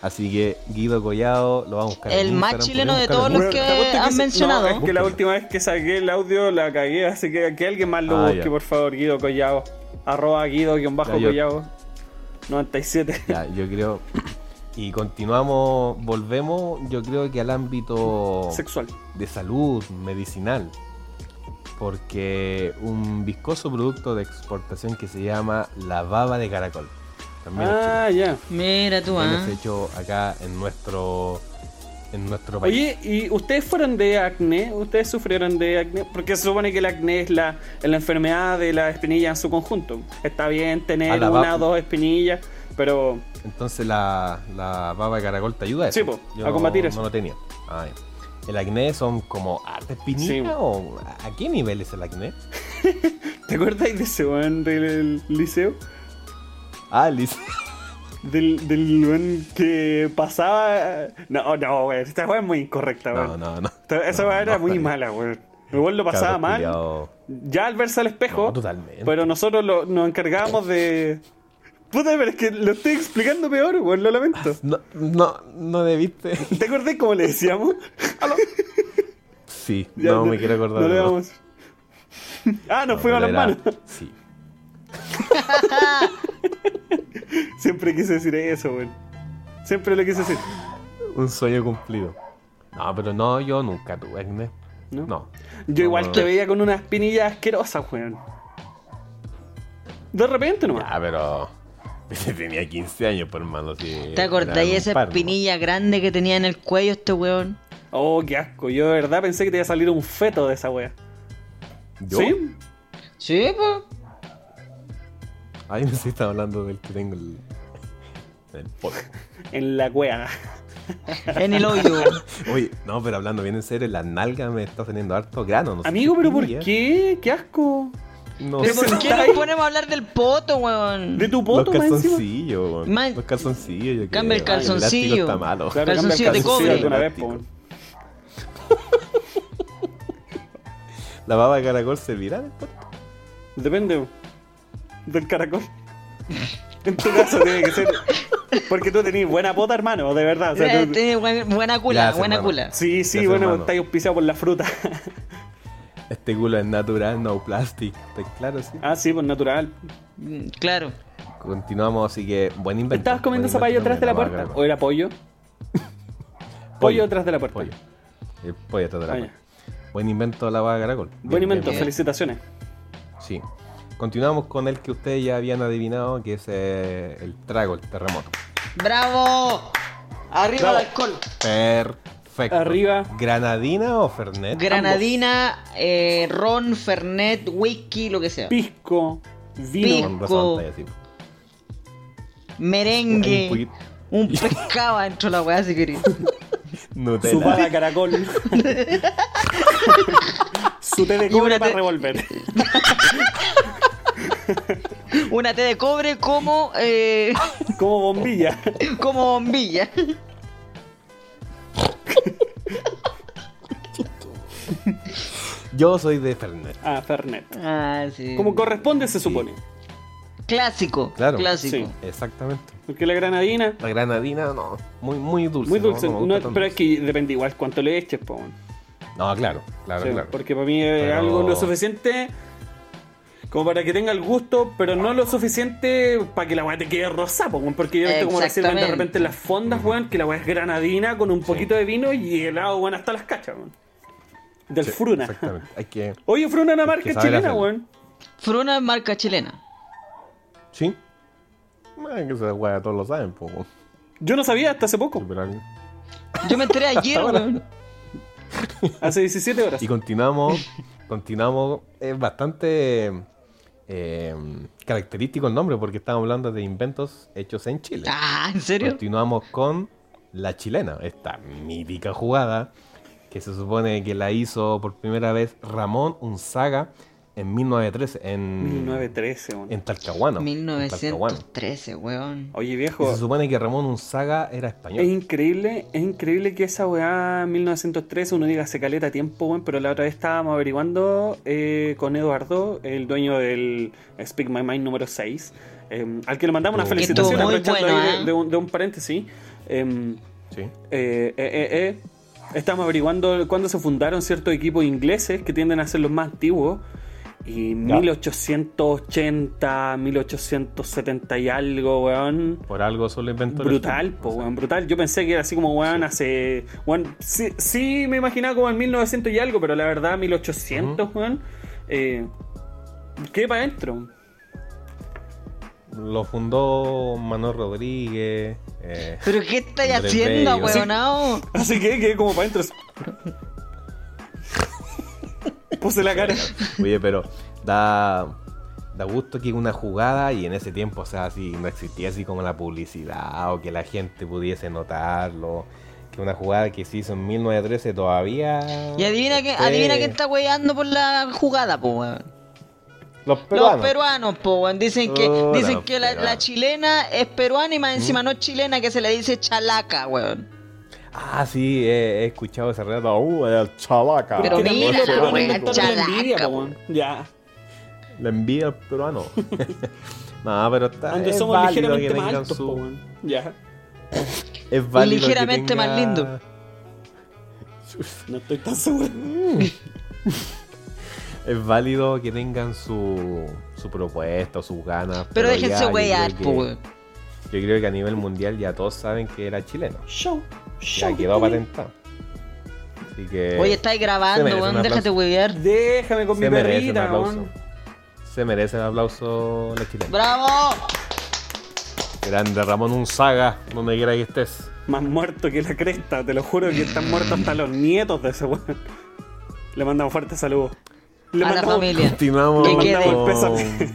Así que Guido Collado lo vamos a buscar. en El más Instagram, chileno de podemos todos buscarlo los en que ¿te apuesto han se- mencionado. No, es que la última vez que saqué el audio la cagué, así que que alguien más lo Ah, busque, ya. por favor, Guido Collado. Arroba Ya, yo- Guido-Collado. 97. Ya, yo creo. Y continuamos, volvemos, yo creo que al ámbito Sexual. de salud medicinal. Porque un viscoso producto de exportación que se llama la baba de caracol. También es chileno. Ah, ya. Mira tú, También ah. es hecho acá en nuestro en nuestro país. Oye, ¿y ustedes fueron de acné? ¿Ustedes sufrieron de acné? Porque se supone que el acné es la, es la enfermedad de la espinilla en su conjunto. Está bien Ah, tener la va- una o dos espinillas, pero Entonces la, la baba de caracol te ayuda a eso. Sí, po, Yo a combatir no, eso. No lo tenía. Ah, ya. El acné son como arte espinilla Sí. o a a qué nivel es el acné? ¿te acuerdas de ese weón del liceo? Ah, listo. Del, del weón que pasaba. No, no, weón. Esta weón es muy incorrecta, No, weón. no, no. Esta- Esa No, weón era no muy estaría. mala, weón. El weón lo Cabros pasaba mal. culiao. Ya al verse al espejo. No, totalmente. Pero nosotros lo- nos encargábamos de. Puta, pero es que lo estoy explicando peor, weón. Lo lamento. No, no, no debiste. ¿Te acordás cómo le decíamos? Sí, Ya, no, me quiero acordar. No le de- vamos. Ah, nos no, fuimos a las era- manos. Sí. Siempre quise decir eso, weón. Siempre lo quise decir. Un sueño cumplido. No, pero no, yo nunca tuve acné. ¿No? No. Yo igual No. te veía con una espinilla asquerosa, weón. De repente nomás. Ya, Ah, pero. Tenía 15 años, por hermano. Sí, ¿Te acordáis de esa espinilla grande que tenía en el cuello este weón? Oh, qué asco. Yo de verdad pensé que te iba a salir un feto de esa wea. ¿Sí? ¿Sí? Sí, po. Ay, no sé si estaba hablando del que tengo el. el podcast. En la wea. En el hoyo. Oye, no, pero hablando bien en serio, la nalga me está teniendo harto grano. No sé Amigo, pero ¿por espinilla. qué? Qué asco. No ¿Pero sé. por qué nos ponemos a hablar del poto, weón? De tu Los poto, más encima. calzoncillos, weón. Man- Los calzoncillos, yo Cambia el creo. Ay, calzoncillo. elástico está malo. Claro, cambia el Calzoncillo de calzoncillo cobre. de una vez, po, weón. La baba de caracol servirá después. Depende del caracol. En tu caso tiene que ser. Porque tú tenés buena pota, hermano, de verdad. o sea, Eh, tú- tiene buen- buena cula, Gracias, buena hermano. cula. Sí, sí, Gracias, bueno, hermano. estáis auspiciado por la fruta. Este culo es natural, no plastic. ¿Está claro? Sí. ah, sí, pues natural. Mm, Claro. Continuamos, así que buen invento. ¿Estabas comiendo Buen zapallo invento atrás de la también, puerta? baba ¿O era pollo? Pollo atrás de la puerta. Pollo. El pollo atrás de la Ah, puerta. Buen invento de la baba de caracol. Buen invento, feliz. felicitaciones. Sí. Continuamos con el que ustedes ya habían adivinado, que es eh, el trago, el terremoto. ¡Bravo! Arriba Bravo. el alcohol. Perfecto. Arriba. ¿Granadina o Fernet? Granadina, eh, ron, fernet, whisky, lo que sea. Pisco, vino. Pisco. Con razón, está ahí, sí. Hay un Merengue. poquito- Un pescado dentro de la weá si querés. Su Nutella. para caracol. su té de Y una cobre para te- revolver. Una té de cobre como, eh, Como bombilla. como bombilla. Yo soy de Fernet. Ah, Fernet. Ah, sí. Como corresponde, se supone. Clásico. Claro. Clásico. Sí. Exactamente. Porque la granadina. La granadina, no. Muy, muy dulce. Muy Pues ¿no? dulce, No, me no, gusta tanto. pero es que depende igual cuánto le eches, po. weón. No, claro, claro, Sí, claro. Porque para mí es Pero- algo lo suficiente como para que tenga el gusto, pero no lo suficiente para que la weá te quede rosa, po, weón. porque yo he visto como la sirven de Exactamente. repente en las fondas, weón, que la weá es granadina con un poquito de vino y helado, weón, hasta las cachas, weón. Del Sí, Fruna. Exactamente. Hay que. Oye, Fruna es una que marca saber chilena, hacerlo. weón. Fruna es marca chilena. Sí. Ah, que esa weá todos lo saben, poco. Yo no sabía hasta hace poco, Yo me enteré ayer, ahora. weón. hace 17 horas. Y continuamos. continuamos. Es bastante. eh, característico el nombre porque estamos hablando de inventos hechos en Chile. Ah, ¿en serio? Continuamos con la chilena, esta mítica jugada que se supone que la hizo por primera vez Ramón Unzaga en 1913 en 1913, weón. en Talcahuano. en Talcahuano. 1913, weón. Oye, Y viejo. se supone que Ramón Unzaga era español. Es increíble, es increíble que esa weá 1913 uno diga se caleta tiempo, weón, pero la otra vez estábamos averiguando eh, con Eduardo, el dueño del Speak My Mind número 6, eh, al que le mandamos una Estuvo- felicitación, Estuvo muy aprovechando bueno, ahí de, ¿eh? de un, de un paréntesis. Em, Sí. eh, eh, eh, eh. Estamos averiguando cuándo se fundaron ciertos equipos ingleses que tienden a ser los más antiguos. Y 1880, 1870 y algo, weón. Por algo solo inventó el Brutal, fútbol. po, weón, brutal. Yo pensé que era así como, weón, hace. Weón, sí, sí me imaginaba como en 1900 y algo, pero la verdad, 1800, weón. Eh, ¿Qué para adentro? Lo fundó Manuel Rodríguez. eh, ¿Pero qué estáis Andrés haciendo, Ah, oh. Bello. weonao? Así que quedé como para adentro. Puse la cara. Oye, pero da, da gusto que una jugada y en ese tiempo, o sea, así, no existía así como la publicidad o que la gente pudiese notarlo. Que una jugada que se hizo en 1913 todavía. Y adivina que, esté- adivina quién está weyando por la jugada, po weón. Los peruanos. Los peruanos, po weón. Dicen que, Hola, dicen los que la, la peruanos. ¿Mm? chilena es peruana y más encima no es chilena que se le dice chalaca, weón. Ah, sí, he, he escuchado ese relato. Uh, el chalaca. Pero Que El tampoco mira, los peruanos weón, inventaron la chalaca, envidia, po, weón. weón. Ya. La envidia al peruano. no, pero está. Donde es somos válido ligeramente que más tengan altos, su- po, weón. Ya. Es válido. que ligeramente más tenga- lindo. No estoy tan seguro. Es válido que tengan su, su propuesta o sus ganas. Pero ya déjense yo weyar, creo po que- weón. Yo creo que a nivel mundial ya todos saben que era chileno. Show. Ya Show. quedó patentado. Así que. Oye, estáis grabando, eh, merece un weón. aplauso. Déjate wear. Déjame con mi se merece un perrita, aplauso. weón. Se merece el aplauso la chilena. ¡Bravo! Grande Ramón Unzaga, donde quiera que estés. Más muerto que la cresta, te lo juro que están muertos hasta los nietos de ese weón. Le mandamos fuertes saludos. Le A la mandamos- familia. Continuamos Que quede. con... Pésame.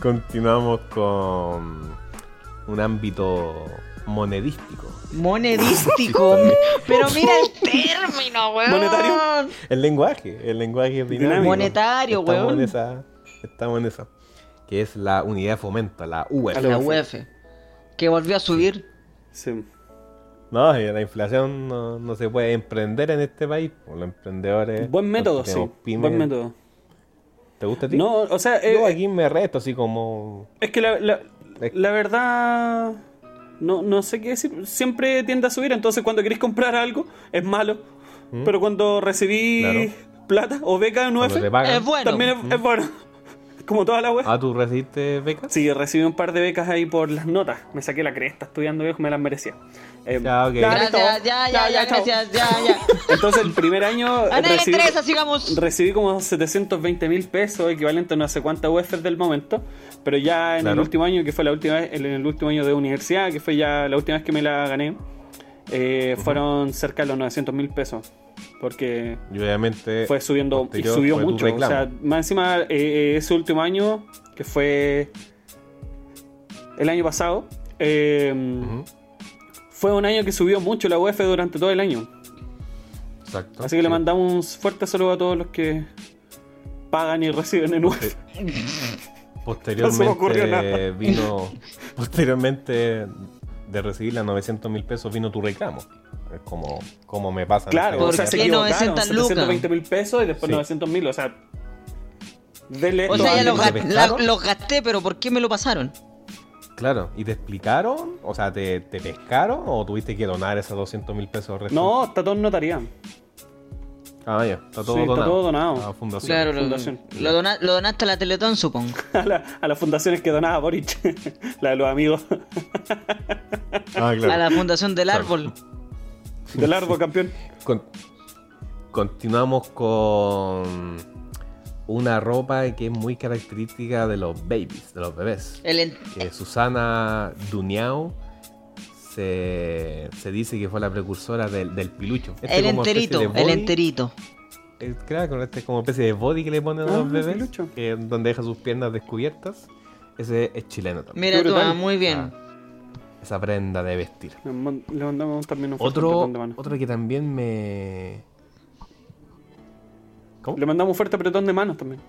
Continuamos con un ámbito monedístico. Monedístico. Pero mira el término, weón. Monetario. El lenguaje, el lenguaje dinámico. Monetario, estamos weón. En esa, estamos en esa. Que es la unidad de fomento, la UF. La UEF. Que volvió a subir. Sí. No, y la inflación no, no se puede emprender en este país. por Los emprendedores. Buen método, porque sí. tenemos pymes. Buen método. ¿Te gusta a ti? No, o sea, eh, Yo aquí me resto así como. es que la, la, la verdad. No, no sé qué decir. Siempre tiende a subir. Entonces, cuando querés comprar algo, es malo. Pero cuando recibí ¿Mm? Claro. plata o beca en UF, Cuando te pagan. ¿Mm? Es bueno. Ah, también es, es bueno. Como toda la web. Ah, ¿tú recibiste becas? Sí, recibí un par de becas ahí por las notas. Me saqué la cresta estudiando viejo, me las merecía. Eh, Ya, ok. dale, chao. Gracias, ya, ya, ya, chao. gracias, ya, ya. Entonces el primer año eh, A Ah, nadie le recibí, interesa, sigamos. recibí como 720 mil pesos, equivalente a no sé cuántas UF del momento. Pero ya en el Claro. último año, que fue la última vez, en el último año de universidad, que fue ya la última vez que me la gané, eh, fueron cerca de los 900 mil pesos. Porque Y obviamente. fue subiendo y posterior subió Eh, fue tu mucho. O sea, reclamo. más encima, eh, eh, ese último año, que fue el año pasado, eh, Ujú, fue un año que subió mucho la UF durante todo el año. Exacto. Así que le Ah, Sí. mandamos un fuerte saludo a todos los que pagan y reciben en UF. No Posteriormente se me ocurrió nada. vino. Posteriormente de recibir las 900 mil pesos vino tu reclamo. Es como, como me pasa. Claro, o ¿Por sea, qué se equivocaron. 900 lucas? 720 mil pesos y después Sí. 900 mil, o sea. Dele O sea, ya lo los, totalmente. ga- gané. ¿Se la- pescaron? los gasté, pero ¿por qué me lo pasaron? Claro, ¿y te explicaron? O sea, ¿te, te pescaron o tuviste que donar esos 200 mil pesos? restantes? No, está todo en notaría. Ah, ya, está todo Sí, está donado. todo donado. A fundación. Claro, lo, fundación. lo dona- lo donaste a la Teletón, supongo. A, la- a las fundaciones que donaba Boric, la de los amigos Ah, claro. A la Fundación del Claro. Árbol. del árbol campeón. Con- continuamos con una ropa que es muy característica de los babies, de los bebés. El en- que Susana Duñao se, se dice que fue la precursora del, del pilucho. Este el como especie enterito, de el body, enterito. eh, Claro, con este como especie de body que le ponen Ah, a los bebés, pilucho. que es donde deja sus piernas descubiertas. Ese es chileno también. Mira Qué tú, brutal. ah, muy bien. Ah, esa prenda de vestir. Le man- le mandamos también un fuerte Otro, apretón de mano. otro que también me... ¿Cómo? Le mandamos un fuerte apretón de manos también.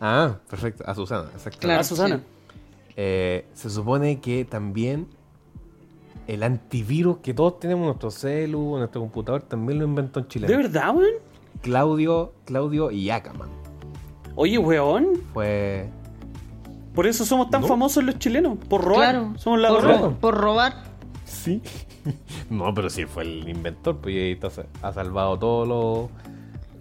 Ah, perfecto. A Susana, exacto. Claro, a Susana. Eh, se supone que también el antivirus que todos tenemos en nuestro celu, en nuestro computador, también lo inventó un ¿De chileno. verdad, weón? Claudio, Claudio Yacaman. Oye, weón. Fue. Por eso somos tan No. famosos los chilenos. Por robar. Claro, Somos la por, robar. ro- por robar. Sí. No, pero sí fue el inventor, pues y está- ha salvado todos los,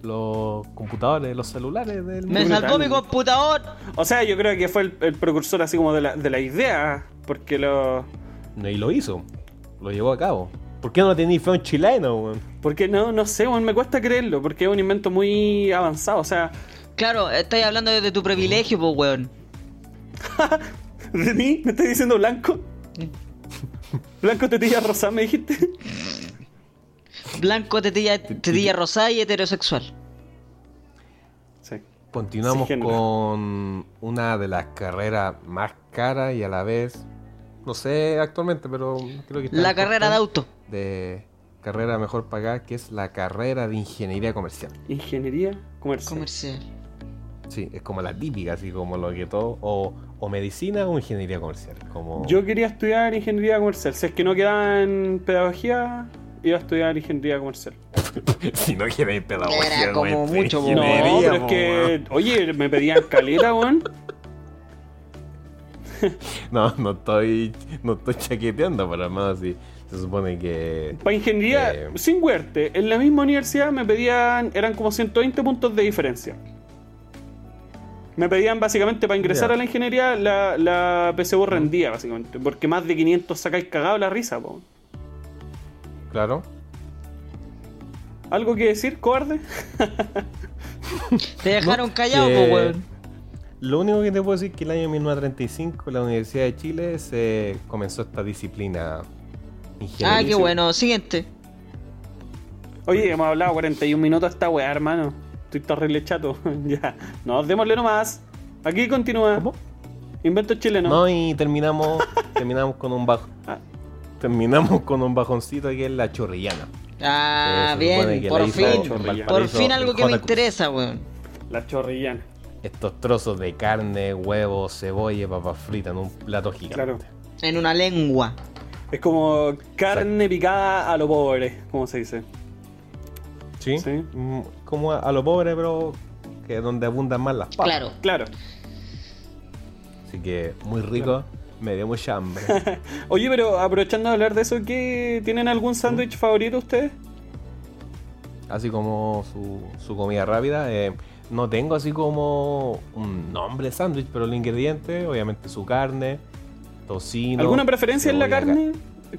los computadores, los celulares del Me Brutal. salvó mi computador. O sea, yo creo que fue el, el precursor así como de la, de la idea, porque lo... No, Y lo hizo. Lo llevó a cabo. ¿Por qué no tenéis fe a un chileno, weón? Porque no, no sé, weón, me cuesta creerlo, porque es un invento muy avanzado, o sea, Claro, estáis hablando de tu privilegio, pues, weón. ¿de mí? ¿Me estás diciendo blanco? Blanco tetilla rosa, me dijiste. Blanco, tetilla, tetilla rosada y heterosexual. Sí. Continuamos Sí, género. con una de las carreras más caras y a la vez, no sé actualmente, pero creo que está en La el carrera de top auto. ten de carrera mejor pagada, que es la carrera de ingeniería comercial. Ingeniería comercial. Comercial. Sí, es como la típica, así como lo que todo, o, o medicina o ingeniería comercial. Como... Yo quería estudiar ingeniería comercial, si es que no quedaba en pedagogía, iba a estudiar ingeniería comercial. si no quieres pedagogía, Era como weón, mucho, ingeniería, No, pero es po, que, weón. oye, me pedían caleta, weón. No, no estoy, no estoy chaqueteando, pero hermano, sí. Se supone que... Para ingeniería, Eh. sin huerte, en la misma universidad me pedían, eran como 120 puntos de diferencia. Me pedían básicamente para ingresar Ya. a la ingeniería, la, la PSU rendía básicamente, porque más de 500 sacáis cagado la risa, po. Claro. ¿Algo que decir, cobarde? Te dejaron No, callado, que- pues, weón. Lo único que te puedo decir es que el año 1935 la Universidad de Chile se comenzó esta disciplina ingeniería. Ah, qué bueno. Siguiente. Oye, hemos hablado 41 minutos esta weá, hermano. Estoy terrible chato. ya. Nos démosle nomás. Aquí continúa. ¿Cómo? Invento chileno. No, y terminamos, terminamos con un bajo. Ah. Terminamos con un bajoncito que es la chorrillana. Ah, Eh, se supone bien. que Por la hizo fin. Chorrillana. Por Valparaíso, fin algo que me J. Cruz. interesa, weón. La chorrillana. Estos trozos de carne, huevo, cebolla, papas fritas en un plato gigante. Claro. En una lengua. Es como carne picada a lo pobre, como se dice. ¿Sí? Sí. Mm, Como a, a lo pobre, pero que donde abundan más las papas. Claro. Claro. Así que muy rico, me dio mucha hambre. Oye, pero aprovechando de hablar de eso, ¿qué tienen algún sándwich favorito ustedes? así como su, su comida rápida. eh, no tengo así como un nombre de sándwich, pero los ingredientes, obviamente su carne, tocino. ¿Alguna preferencia en la cebolla, carne?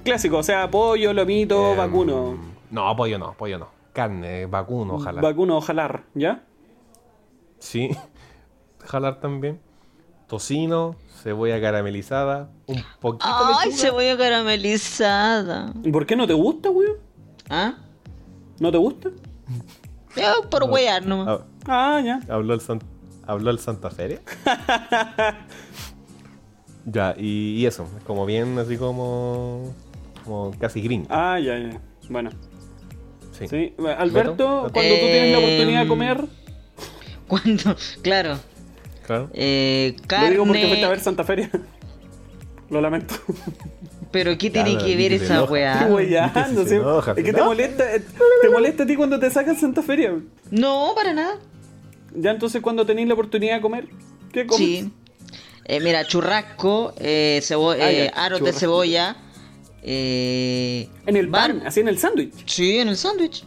Clásico, o sea, pollo, lomito, eh, vacuno. No, pollo no, pollo no. Carne, vacuno, ojalá. Vacuno, ojalá, ¿ya? sí, jalar también. Tocino, cebolla caramelizada, un poquito Ay, lechuga. cebolla caramelizada. ¿Y ¿Por qué no te gusta, weón? ¿Ah? ¿No te gusta? Eh, por wear nomás. Ah, Ah, ya. Habló el, San- habló el Santa Feria. ya, y, y eso, como bien así como, como casi gringo. Ah, ya, ya. Bueno, Sí. sí. Alberto, Beto. cuando tú tienes la oportunidad de Em, comer, Ah. Cuando, claro, Claro. eh, lo digo porque fuiste a ver carne. Santa Feria. Lo lamento. Pero ¿qué tiene Claro, que ver y te esa enoja. weá? Estoy si weyando, se sí. enoja, Es que ¿no? te molesta, eh, te molesta a ti cuando te sacan Santa Feria. weón. No, para nada. Ya entonces cuando tenéis la oportunidad de comer, ¿qué comes? Sí. Eh, mira, churrasco, eh, cebo- Ah, ya, eh, aros de churrasco. cebolla. eh, En el bar- pan, así en el sándwich. Sí, en el sándwich.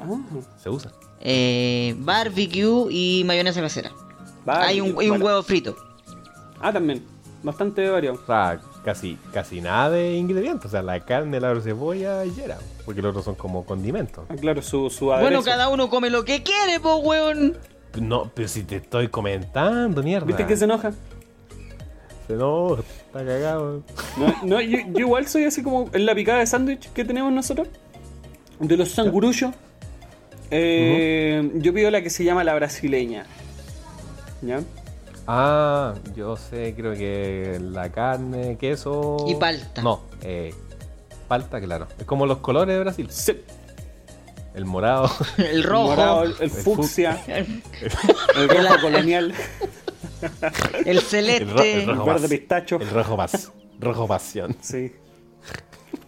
Ah, Se usa. Eh, barbecue y mayonesa casera. Barbecue, Hay un, y un vale. huevo frito. ah, también. Bastante variado. O sea, casi, casi nada de ingredientes. O sea, la carne, la cebolla y era. Porque los otros son como condimentos. Ah, claro, su, su Bueno, aderezo. cada uno come lo que quiere, po, weón. No, pero si te estoy comentando, mierda. ¿Viste que se enoja? Se enoja, está cagado. No, no, yo, yo igual soy así como en la picada de sándwich que tenemos nosotros. De los sangurullos. Eh, Yo pido la que se llama la brasileña. ¿Ya? Ah, yo sé, creo que la carne, queso. Y palta. No, eh, palta, claro. Es como los colores de Brasil: Se- el morado, El rojo, morado, el, el El fu- fucsia. El rojo colonial. el el, ro- celeste. el rojo Verde más, pistacho. El rojo más, rojo pasión. Sí.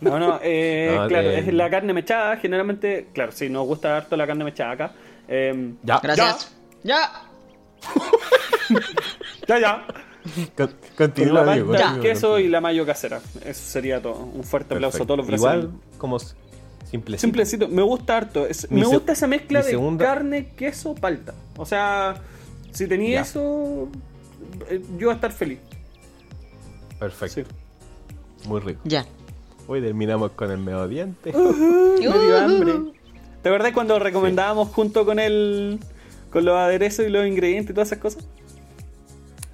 No, no, eh, No, claro, eh. es la carne mechada, generalmente, claro, sí, nos gusta harto la carne mechada acá. Eh, Ya, Gracias. Ya. ya, ya. Con- Continúa, la amigo. palta, continúa, el queso continúa. y la mayo casera. Eso sería todo. Un fuerte aplauso a todos los Perfecto. brasileños. Igual, como s- simplecito. Simplecito, me gusta harto. Es- Mi me se- gusta esa mezcla mi de segunda- carne, queso, palta. O sea, si tenía Ya. eso, eh, yo iba a estar feliz. Perfecto. Sí. Muy rico. Ya. Hoy terminamos con el medio diente. Uh. Me dio hambre. ¿Te acordás cuando recomendábamos junto con el. con los aderezos y los ingredientes y todas esas cosas?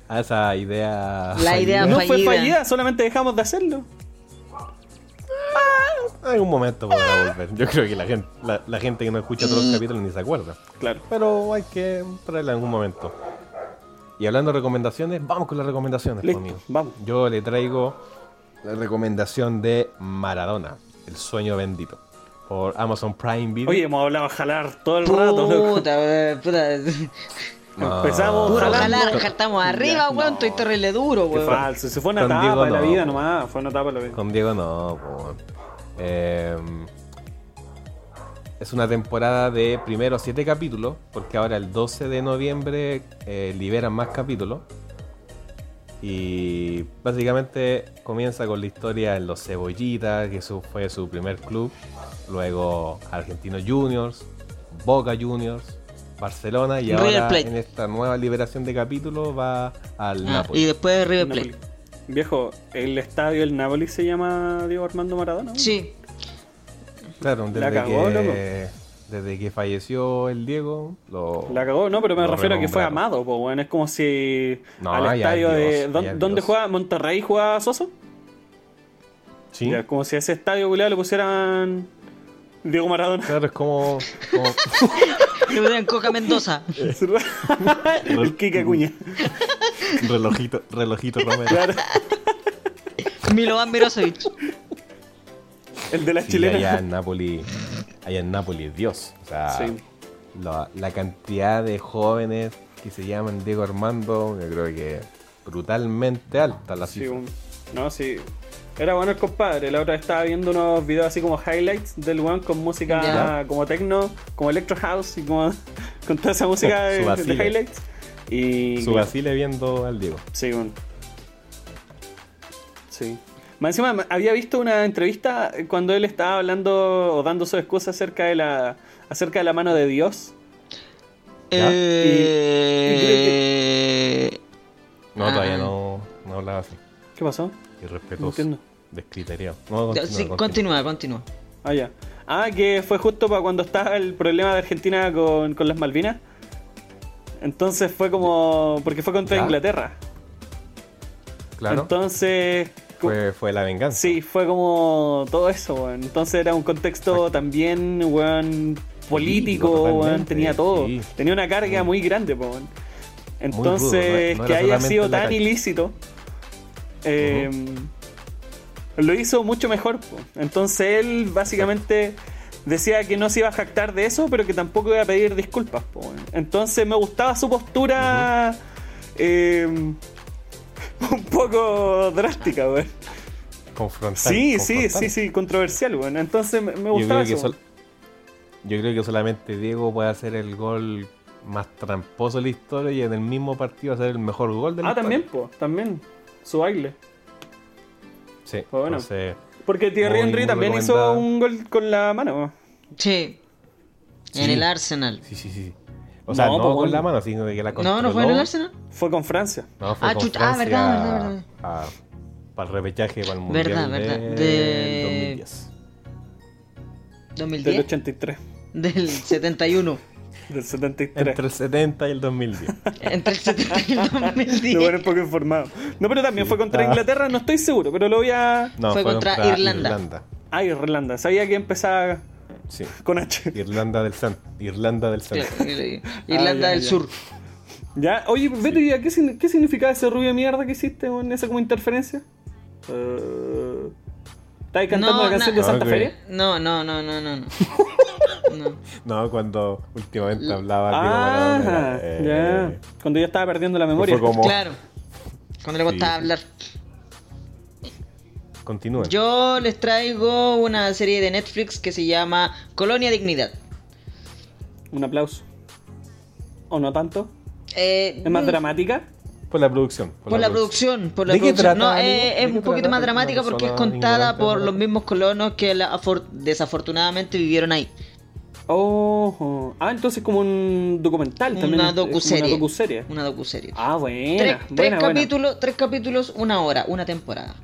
A esa idea. La idea No fue Fallida. fallida, solamente dejamos de hacerlo. En algún momento podrá volver. Yo creo que la gente, la, la gente que no escucha todos los Mm. capítulos ni se acuerda. Claro. Pero hay que traerla en algún momento. Y hablando de recomendaciones, vamos con las recomendaciones, pues, Listo, amigos. vamos. Yo le traigo la recomendación de Maradona, El sueño bendito, por Amazon Prime Video. Oye, hemos hablado a jalar todo el rato, loco. Puta, eh, puta. No. Empezamos Puro Ojalá. jalar, jalando. ja- estamos arriba, Ya, weón. no. Estoy terrible duro, Qué weón. falso, se fue una Con etapa Diego de la no. vida nomás, fue una etapa de la vida. Con Diego no, po, weón. Eh, es una temporada de primero siete capítulos, porque ahora el 12 de noviembre eh, liberan más capítulos. Y básicamente comienza con la historia en los Cebollitas, que su- fue su primer club. Luego Argentinos Juniors, Boca Juniors, Barcelona y River ahora Plate. en esta nueva liberación de capítulos va Ah, al pues. Napoli. y después River Napoli. Plate. Viejo, el estadio del Napoli se llama Diego Armando Maradona. ¿no? Sí. Claro, desde, La cagó, que, desde que falleció el Diego, lo. La cagó, no, pero me lo refiero a que fue renombraron. amado, pues bueno, es como si No, ya al estadio es de Dios, ¿dó- ya es ¿dónde Dios. juega Monterrey juega Soso? Sí. Ya, como si a ese estadio culiao le pusieran Diego Maradona. Claro, es como. como- Que me den Coca Mendoza. el Kike Acuña. relojito, relojito Romero. Claro, Milovan Mirosevic. el de la Sí, chilena. allá en Nápoli. Allá en Nápoli es Dios. O sea, Sí. la, la cantidad de jóvenes que se llaman Diego Armando, yo creo que brutalmente alta la Sí, cifra. un- no, sí. Era bueno el compadre. La otra vez estaba viendo unos videos así como highlights del one con música Ya. como techno, como electro house y como con toda esa música de, Su de vacile. highlights. Y Su Basile viendo al Diego. Sí, bueno. Sí. Más encima, ma- había visto una entrevista cuando él estaba hablando o dando su excusa acerca de la acerca de la mano de Dios. Ya. Y- y creo Eh... No, Ah. todavía no, no hablaba así. ¿Qué pasó? No Irrespetuoso. entiendo. Descriteriado. No, Ya, continúa, sí, continúa. continúa, continúa. Ah, ya. Ah, que fue justo para cuando estaba el problema de Argentina con, con las Malvinas. Entonces fue como. Porque fue contra Ya. Inglaterra. Claro. Entonces. co- fue, fue la venganza. Sí, fue como todo eso, weón. Entonces era un contexto también, weón, Político, político, weón. totalmente, Tenía todo. sí. Tenía una carga Mm. muy grande, po, weón. rudo, no- Entonces, no que era haya solamente sido en la tan calle. ilícito. eh, Lo hizo mucho mejor, po. Entonces él básicamente decía que no se iba a jactar de eso, pero que tampoco iba a pedir disculpas, po, weón. Entonces me gustaba su postura. eh, un poco drástica, weón. Confrontar. Sí, sí, confrontar. sí, sí, controversial, bueno. Entonces me, me Yo creo, gustaba que eso. sol- yo creo que solamente Diego puede hacer el gol más tramposo de la historia y en el mismo partido hacer el mejor gol de la Ah, historia. también, po, también. Su baile. Sí, Pues bueno. entonces, Porque Thierry Muy, Henry muy también hizo recomendado. un gol con la mano. weón. Sí. En Sí. el Arsenal. sí, sí, sí. O sea, No, no, pues, con bueno. la mano, sino de que la No, no fue en el Arsenal. Fue con Francia. No, fue Ah, con chuta, ah, Francia verdad, verdad, verdad. a- para el repechaje, para el Mundial Verdad, verdad, del de- 2010. Del ¿2010? 83. Del 71. Del 73. Entre el 70 y el 2010. Entre el 71 y el Lo 2010. bueno, un poco informado. No, pero también Sí, fue contra ah. Inglaterra, no estoy seguro, pero lo voy a. No, Fue contra Irlanda. Ah, Irlanda. Sabía que empezaba Sí. con H. Irlanda del San. Irlanda del San. Ir- Irlanda Ah, ya, del ya. Sur. Ya, oye, Beto, ¿y a qué, sin- qué significaba ese rubio de mierda que hiciste en esa como interferencia? Eh, ¿Estabas cantando No, la canción no. de Santa Ok. Feria? No, no, no, no, no. No. No. No, cuando últimamente hablaba Diego Maradona, Ah, era, eh, ya. Cuando yo estaba perdiendo la memoria. Fue como- Claro. Cuando le costaba Sí. hablar. Continúen. Yo les traigo una serie de Netflix que se llama Colonia Dignidad. Un aplauso. ¿O no tanto? Eh, ¿Es más mm, dramática? por la producción. Por, la, producción, por la ¿De qué producción. trata, no, amigo? eh, ¿De es qué un poquito más trata? Es una dramática porque es persona contada ignorante, por ¿no? los mismos colonos que la- afor- desafortunadamente vivieron ahí. Ojo. Ah, entonces como un documental también. Una es- es como docuserie. Una docuserie. Una docuserie. Ah, buena. tres, tres buena, buena. capítulos, tres capítulos, una hora, una temporada.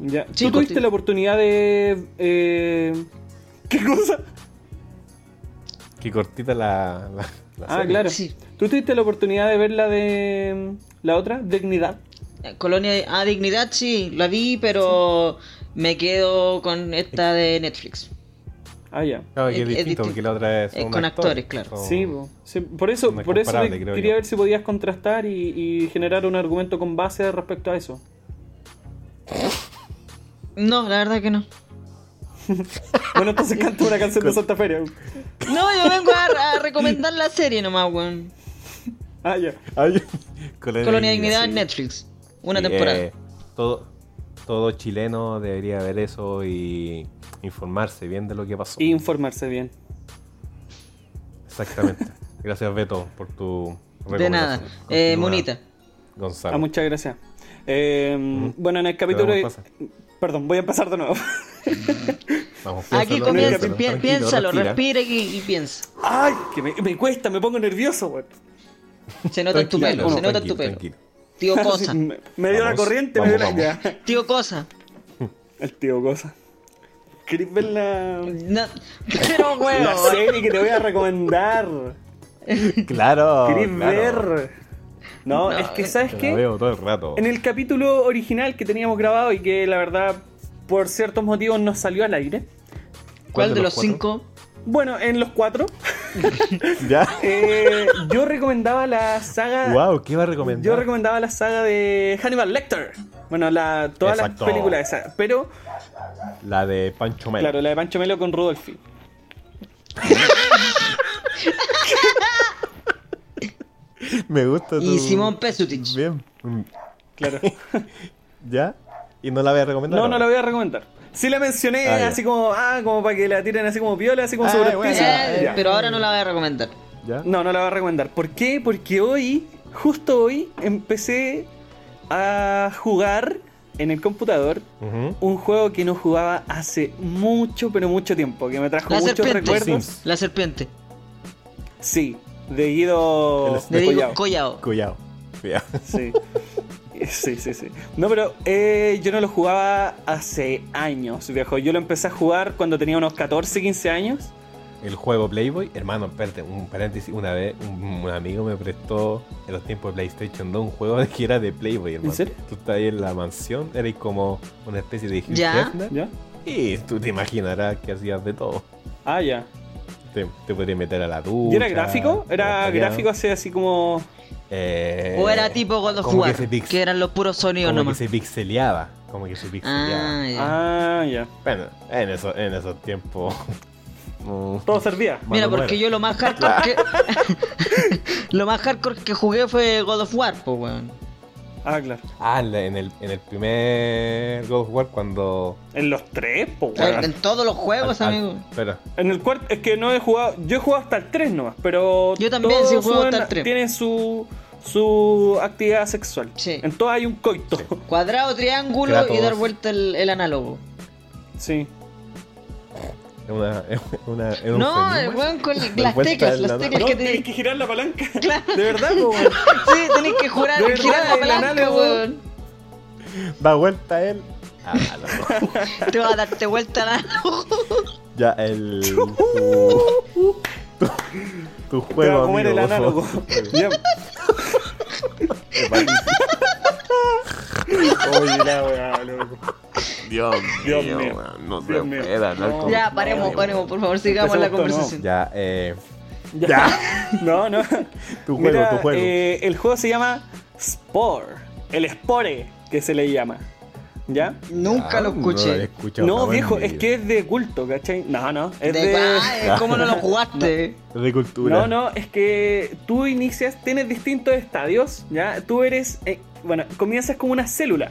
Ya. Sí, ¿Tú tuviste contigo. la oportunidad de. eh, ¿Qué cosa? Que cortita la, la- la Ah, serie. claro. Sí. ¿Tú tuviste la oportunidad de ver la de. La otra? Dignidad. Eh, Colonia a Dignidad, sí, la vi, pero me quedo con esta de Netflix. Ah, ya. Claro, que Es- es, es distinto, distinto. porque la otra es. Eh, un con actor. actores, claro. Son- Sí, po. Sí, por eso, no es por eso comparable, te- creo quería yo. ver si podías contrastar y, y generar un argumento con base respecto a eso. No, la verdad que no. Bueno, entonces canta una canción de Santa Feria. No, yo vengo a, a recomendar la serie nomás, weón. Ah, ya. Ay, Colonia, Colonia Dignidad en sí. Netflix. Una Y, temporada. eh, todo, todo chileno debería ver eso y informarse bien de lo que pasó. Y informarse bien. Exactamente. Gracias, Beto, por tu de nada. recomendación. Eh, Continúa, Monita. Gonzalo. Ah, muchas gracias. Eh, Bueno, en el capítulo. Pero vamos, pasa. Perdón, voy a empezar de nuevo. Vamos, Aquí piénsalo, comienza, piénsalo, pi- tranquilo, piénsalo, respira. respira y, y piensa. Ay, que me, me cuesta, me pongo nervioso, weón. Se nota en tu Tranquilo, pelo, se nota en tranquilo, tu pelo. tranquilo. Tío Sí, Cosa, Me, me dio la Vamos, corriente, me vamos, dio la vamos. idea. tío Cosa. El tío Cosa. ¿Querés ver la, No, pero la weón. serie que te voy a recomendar? Claro. ¿Querés Ah, claro. ver? No, No, es que, eh, ¿sabes La qué? veo todo el rato. En el capítulo original que teníamos grabado y que la verdad, por ciertos motivos, no salió al aire. ¿Cuál de los cuatro? cinco? Bueno, en los cuatro, ¿Ya? eh, yo recomendaba la Ah, saga. wow, ¿qué iba a recomendar? Yo recomendaba la saga de Hannibal Lecter. Bueno, la, todas Exacto. las películas esas. Pero, La de Pancho Mel. claro, la de Pancho Melo con Rudolfi. Me gusta Y tu- Simón Pesutich. Bien. Mm, Claro. ¿Ya? ¿Y no la voy a recomendar? No, no la voy a recomendar. Sí la mencioné Ah, ya. así como, ah, como para que la tiren así como viola, así como Ah, sobre el bueno. piso. Eh, Ya. pero ahora no la voy a recomendar. ¿Ya? No, no la voy a recomendar. ¿Por qué? Porque hoy, justo hoy, empecé a jugar en el computador Ujú. un juego que no jugaba hace mucho, pero mucho tiempo, que me trajo La muchos serpiente. recuerdos. Sims. La serpiente. Sí, de Guido El Le Collao. digo Collao. Cuidado. Cuidado. Sí. Sí, sí, sí. No, pero eh, yo no lo jugaba hace años, viejo. Yo lo empecé a jugar cuando tenía unos 14, 15 años. El juego Playboy, hermano, espérate, un paréntesis. Una vez un, un amigo me prestó en los tiempos de PlayStation 2 un juego que era de Playboy, hermano. serio? Tú estás ahí en la mansión, eres como una especie de Hugh Ya. Hefner, ¿Ya? Y tú te imaginarás que hacías de todo. Ah, ya. Te, te podías meter a la ducha. ¿Y era gráfico? ¿Era trapear. gráfico así, así como Eh, O era tipo God of como War, Que se, que, pix- eran los puros sonidos como que nomás. se pixeleaba. Como que se pixeleaba. Ah, ya. Ah, ya. Bueno, en, eso, en esos tiempos. mm, Todo servía. mano Mira, muera. porque yo lo más hardcore que... lo más hardcore que jugué fue God of War, po, weón. Ah, claro. Ah, en la- en el, en el primer God of War cuando. En los tres, po, En, weón. en todos los juegos, al- al- pues, amigo. espera. En el cuarto, es que no he jugado. Yo he jugado hasta el 3 nomás, pero. Yo también, sí, he jugado hasta el suben- tres. Tienen su, su actividad sexual. Sí. En todas hay un coito. Cuadrado, triángulo y Kratos. dar vuelta el, el análogo. Sí. Es una. Es una es un No, fenómeno. el weón con Dar las vuelta teclas, el las análogo. teclas No, que tenés te... que girar la palanca. Claro. De verdad, po, weón. Sí, tenés que jurar, De verdad, girar la el palanca, análogo. weón. Da vuelta él. Ah, loco. Te va a darte vuelta el análogo. Ya, el. Tu, tu Te va juego. a comer el amigo, análogo. Ya. Es malísimo. Oye, la weá, loco. Dios Dios mío, mío. weón, no se Dios mío. puede hablar No. con Ya, paremos, paremos, por favor, sigamos Empecemos la de nuevo. conversación. Ya, eh. Ya. No, no. Tu juego, Mira, tu juego. eh, el juego se llama Spore. El Spore, que se le llama. ¿Ya? Nunca lo Ah, No, lo he escuché. escuchado No, jamás en viejo, mi es vida. que es de culto, ¿cachai? No, no, es de... De- Ah, ¿Cómo no lo jugaste? Es de cultura. No, no, es que tú inicias, tienes distintos estadios, ¿ya? Tú eres, eh, bueno, comienzas como una célula,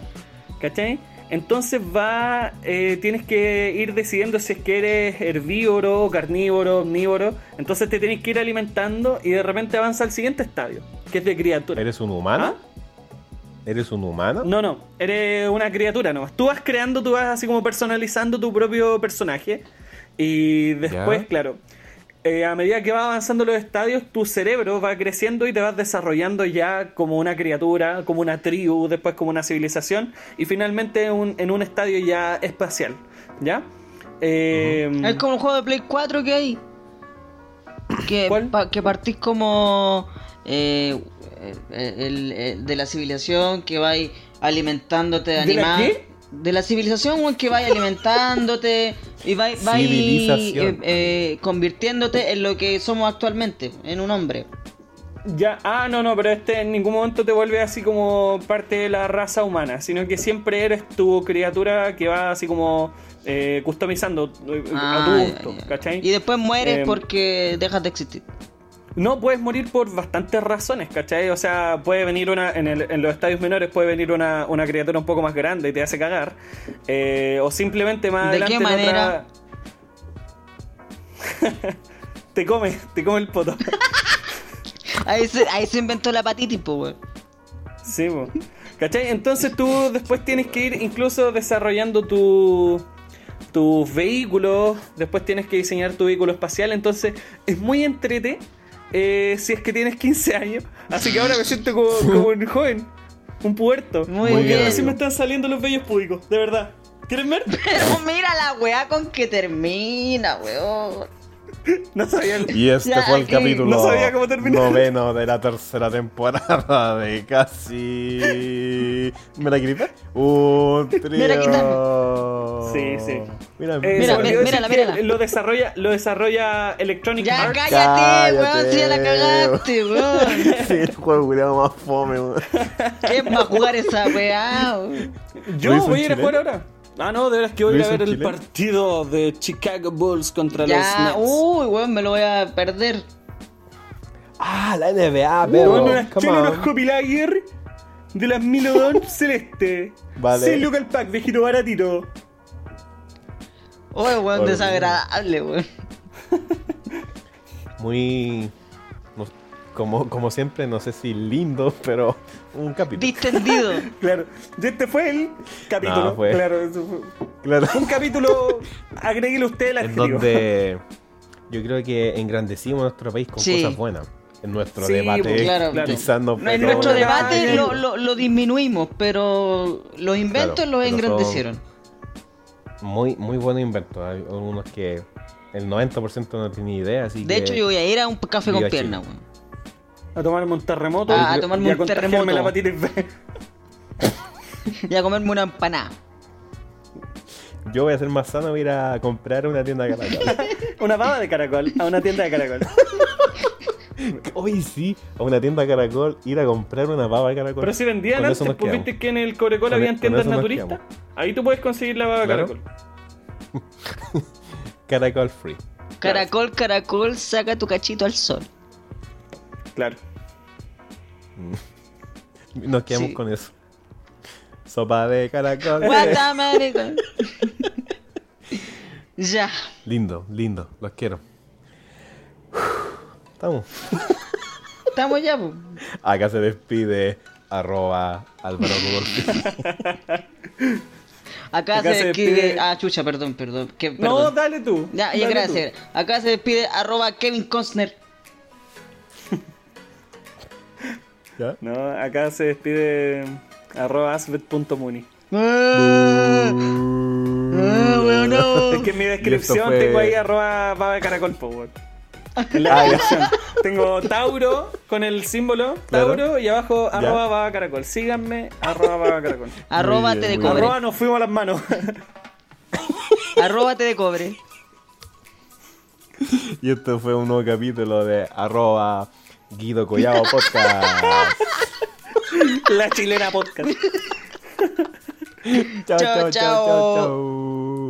¿cachai? Entonces va, eh, tienes que ir decidiendo si es que eres herbívoro, carnívoro, omnívoro. Entonces te tienes que ir alimentando y de repente avanza al siguiente estadio, que es de criatura. ¿Eres un ¿Ah? humano? ¿Eres un humano? No, no, eres una criatura nomás. Tú vas creando, tú vas así como personalizando tu propio personaje. Y después, Ya. claro, eh, a medida que vas avanzando los estadios, tu cerebro va creciendo y te vas desarrollando ya como una criatura, como una tribu, después como una civilización y finalmente un- en un estadio ya espacial. ¿Ya? Eh, Es como un juego de Play 4 que hay. Que, ¿Cuál? pa- que partís como eh, eh, el- eh, de la civilización, que vais alimentándote de ¿De la animales. qué? De la civilización, weón, que vais alimentándote y vais, vais, Civilización. eh, eh, convirtiéndote en lo que somos actualmente, en un hombre. Ya, ah, no, no, pero este en ningún momento te vuelve así como parte de la raza humana, sino que siempre eres tu criatura que va así como eh, customizando eh, a Ah, tu ya, gusto, ya. ¿cachai? Y después mueres Em. porque dejas de existir. No puedes morir por bastantes razones, ¿cachai? O sea, puede venir una. En, el- en los estadios menores puede venir una, una criatura un poco más grande y te hace cagar. Eh, o simplemente más ¿De qué adelante. en manera? otra- te come, te come el poto. Ahí se, ahí se inventó la hepatitis, po, weón. Sí, po. ¿cachai? Entonces tú después tienes que ir incluso desarrollando tu, tus vehículos, después tienes que diseñar tu vehículo espacial, entonces es muy entrete eh, si es que tienes 15 años, así que ahora me siento como, como un joven, un puerto. Muy Porque bien. recién me están saliendo los bellos públicos, de verdad. ¿Quieren ver? Pero mira la weá con que termina, weón. No sabía el- Y este Ya, fue el aquí- capítulo No sabía cómo terminar. noveno de la tercera temporada de casi. ¿Me la gripé? Un trío. Me la Sí, sí. Mira, Mira, Eh, se me olvidó mírala, decir que mírala. Lo desarrolla, lo desarrolla Electronic Ya Arts. cállate, Cállate, weón, si ya la cagaste, weón. Sí, el juego culiao más fome, weón. ¿Quién va a jugar esa weá? weón? Yo ¿Lo hizo voy a en ir a Chile? jugar ahora. Ah, no, de veras que voy a ¿Lo ir a hizo en ver el Chile? partido de Chicago Bulls contra Ya, uh, los Nets. uy, weón, me lo voy a perder. Ah, la NBA, Bueno, pero. unas- come tiene on. unos copilager de las Milodon Celeste. Vale. Seis lucas el pack, viejito baratito. Uy, weón, Oye. desagradable, weón. Muy. no- como, como siempre, no sé si lindo, pero un capítulo. Distendido. Claro. Y este fue el capítulo. No, fue- Claro, eso fue. Claro. Un capítulo, agréguele usted el en adjetivo. donde yo creo que engrandecimos nuestro país con Sí. cosas buenas. En nuestro Sí, debate, pues, claro, claro. quizás no fue En En todo nuestro lo- debate Ay, lo, lo- lo disminuimos, pero los inventos Claro, los pero son- engrandecieron. muy, muy bueno invento. Hay algunos que el 90% no tiene idea, así De que- hecho, yo voy a ir a un café Viva con Chile. pierna, weón. A tomarme un terremoto. Ah, a y- tomarme y un contagiarme terremoto. la hepatitis B. Y a comerme una empanada. yo voy a ser más sano, voy a ir a comprar una tienda de caracol. Una baba de caracol a una tienda de caracol. Hoy sí, a una tienda de caracol, ir a comprar una pava de caracol. Pero si vendían Con antes, eso nos pues quedamos. viste que en el Corecol Con e- habían con tiendas eso nos naturistas. Ahí tú puedes conseguir la baba de Claro. caracol. Caracol free. Caracol, caracol, saca tu cachito al sol. Claro. Nos quedamos Sí. con eso. Sopa de caracol. Guatamare, weón. Ya. Lindo, lindo, los quiero. Estamos. Estamos ya, po. Acá se despide arroba Álvaro Rudolfi. Acá, Acá se, se despide... despide- Ah, chucha, perdón, perdón. que- No, perdón. dale tú. Ya, ya, dale gracias. tú. Acá se despide arroba Kevin Costner. ¿Ya? No, acá se despide arroba asbet.muni. Ah, ah, weón, no. Es que en mi descripción fue- tengo ahí arroba baba de caracol, po, weón. En la descripción. tengo Tauro con el símbolo Claro. Tauro y abajo Ya. arroba baba caracol. Síganme, arroba baba caracol. Arroba bien, te de muy bien. cobre. arroba nos fuimos a las manos. Arroba te de cobre. Y esto fue un nuevo capítulo de arroba Guido Collado Podcast. la chilena podcast. chao, chao, Chao, chao, chao, chao. chao.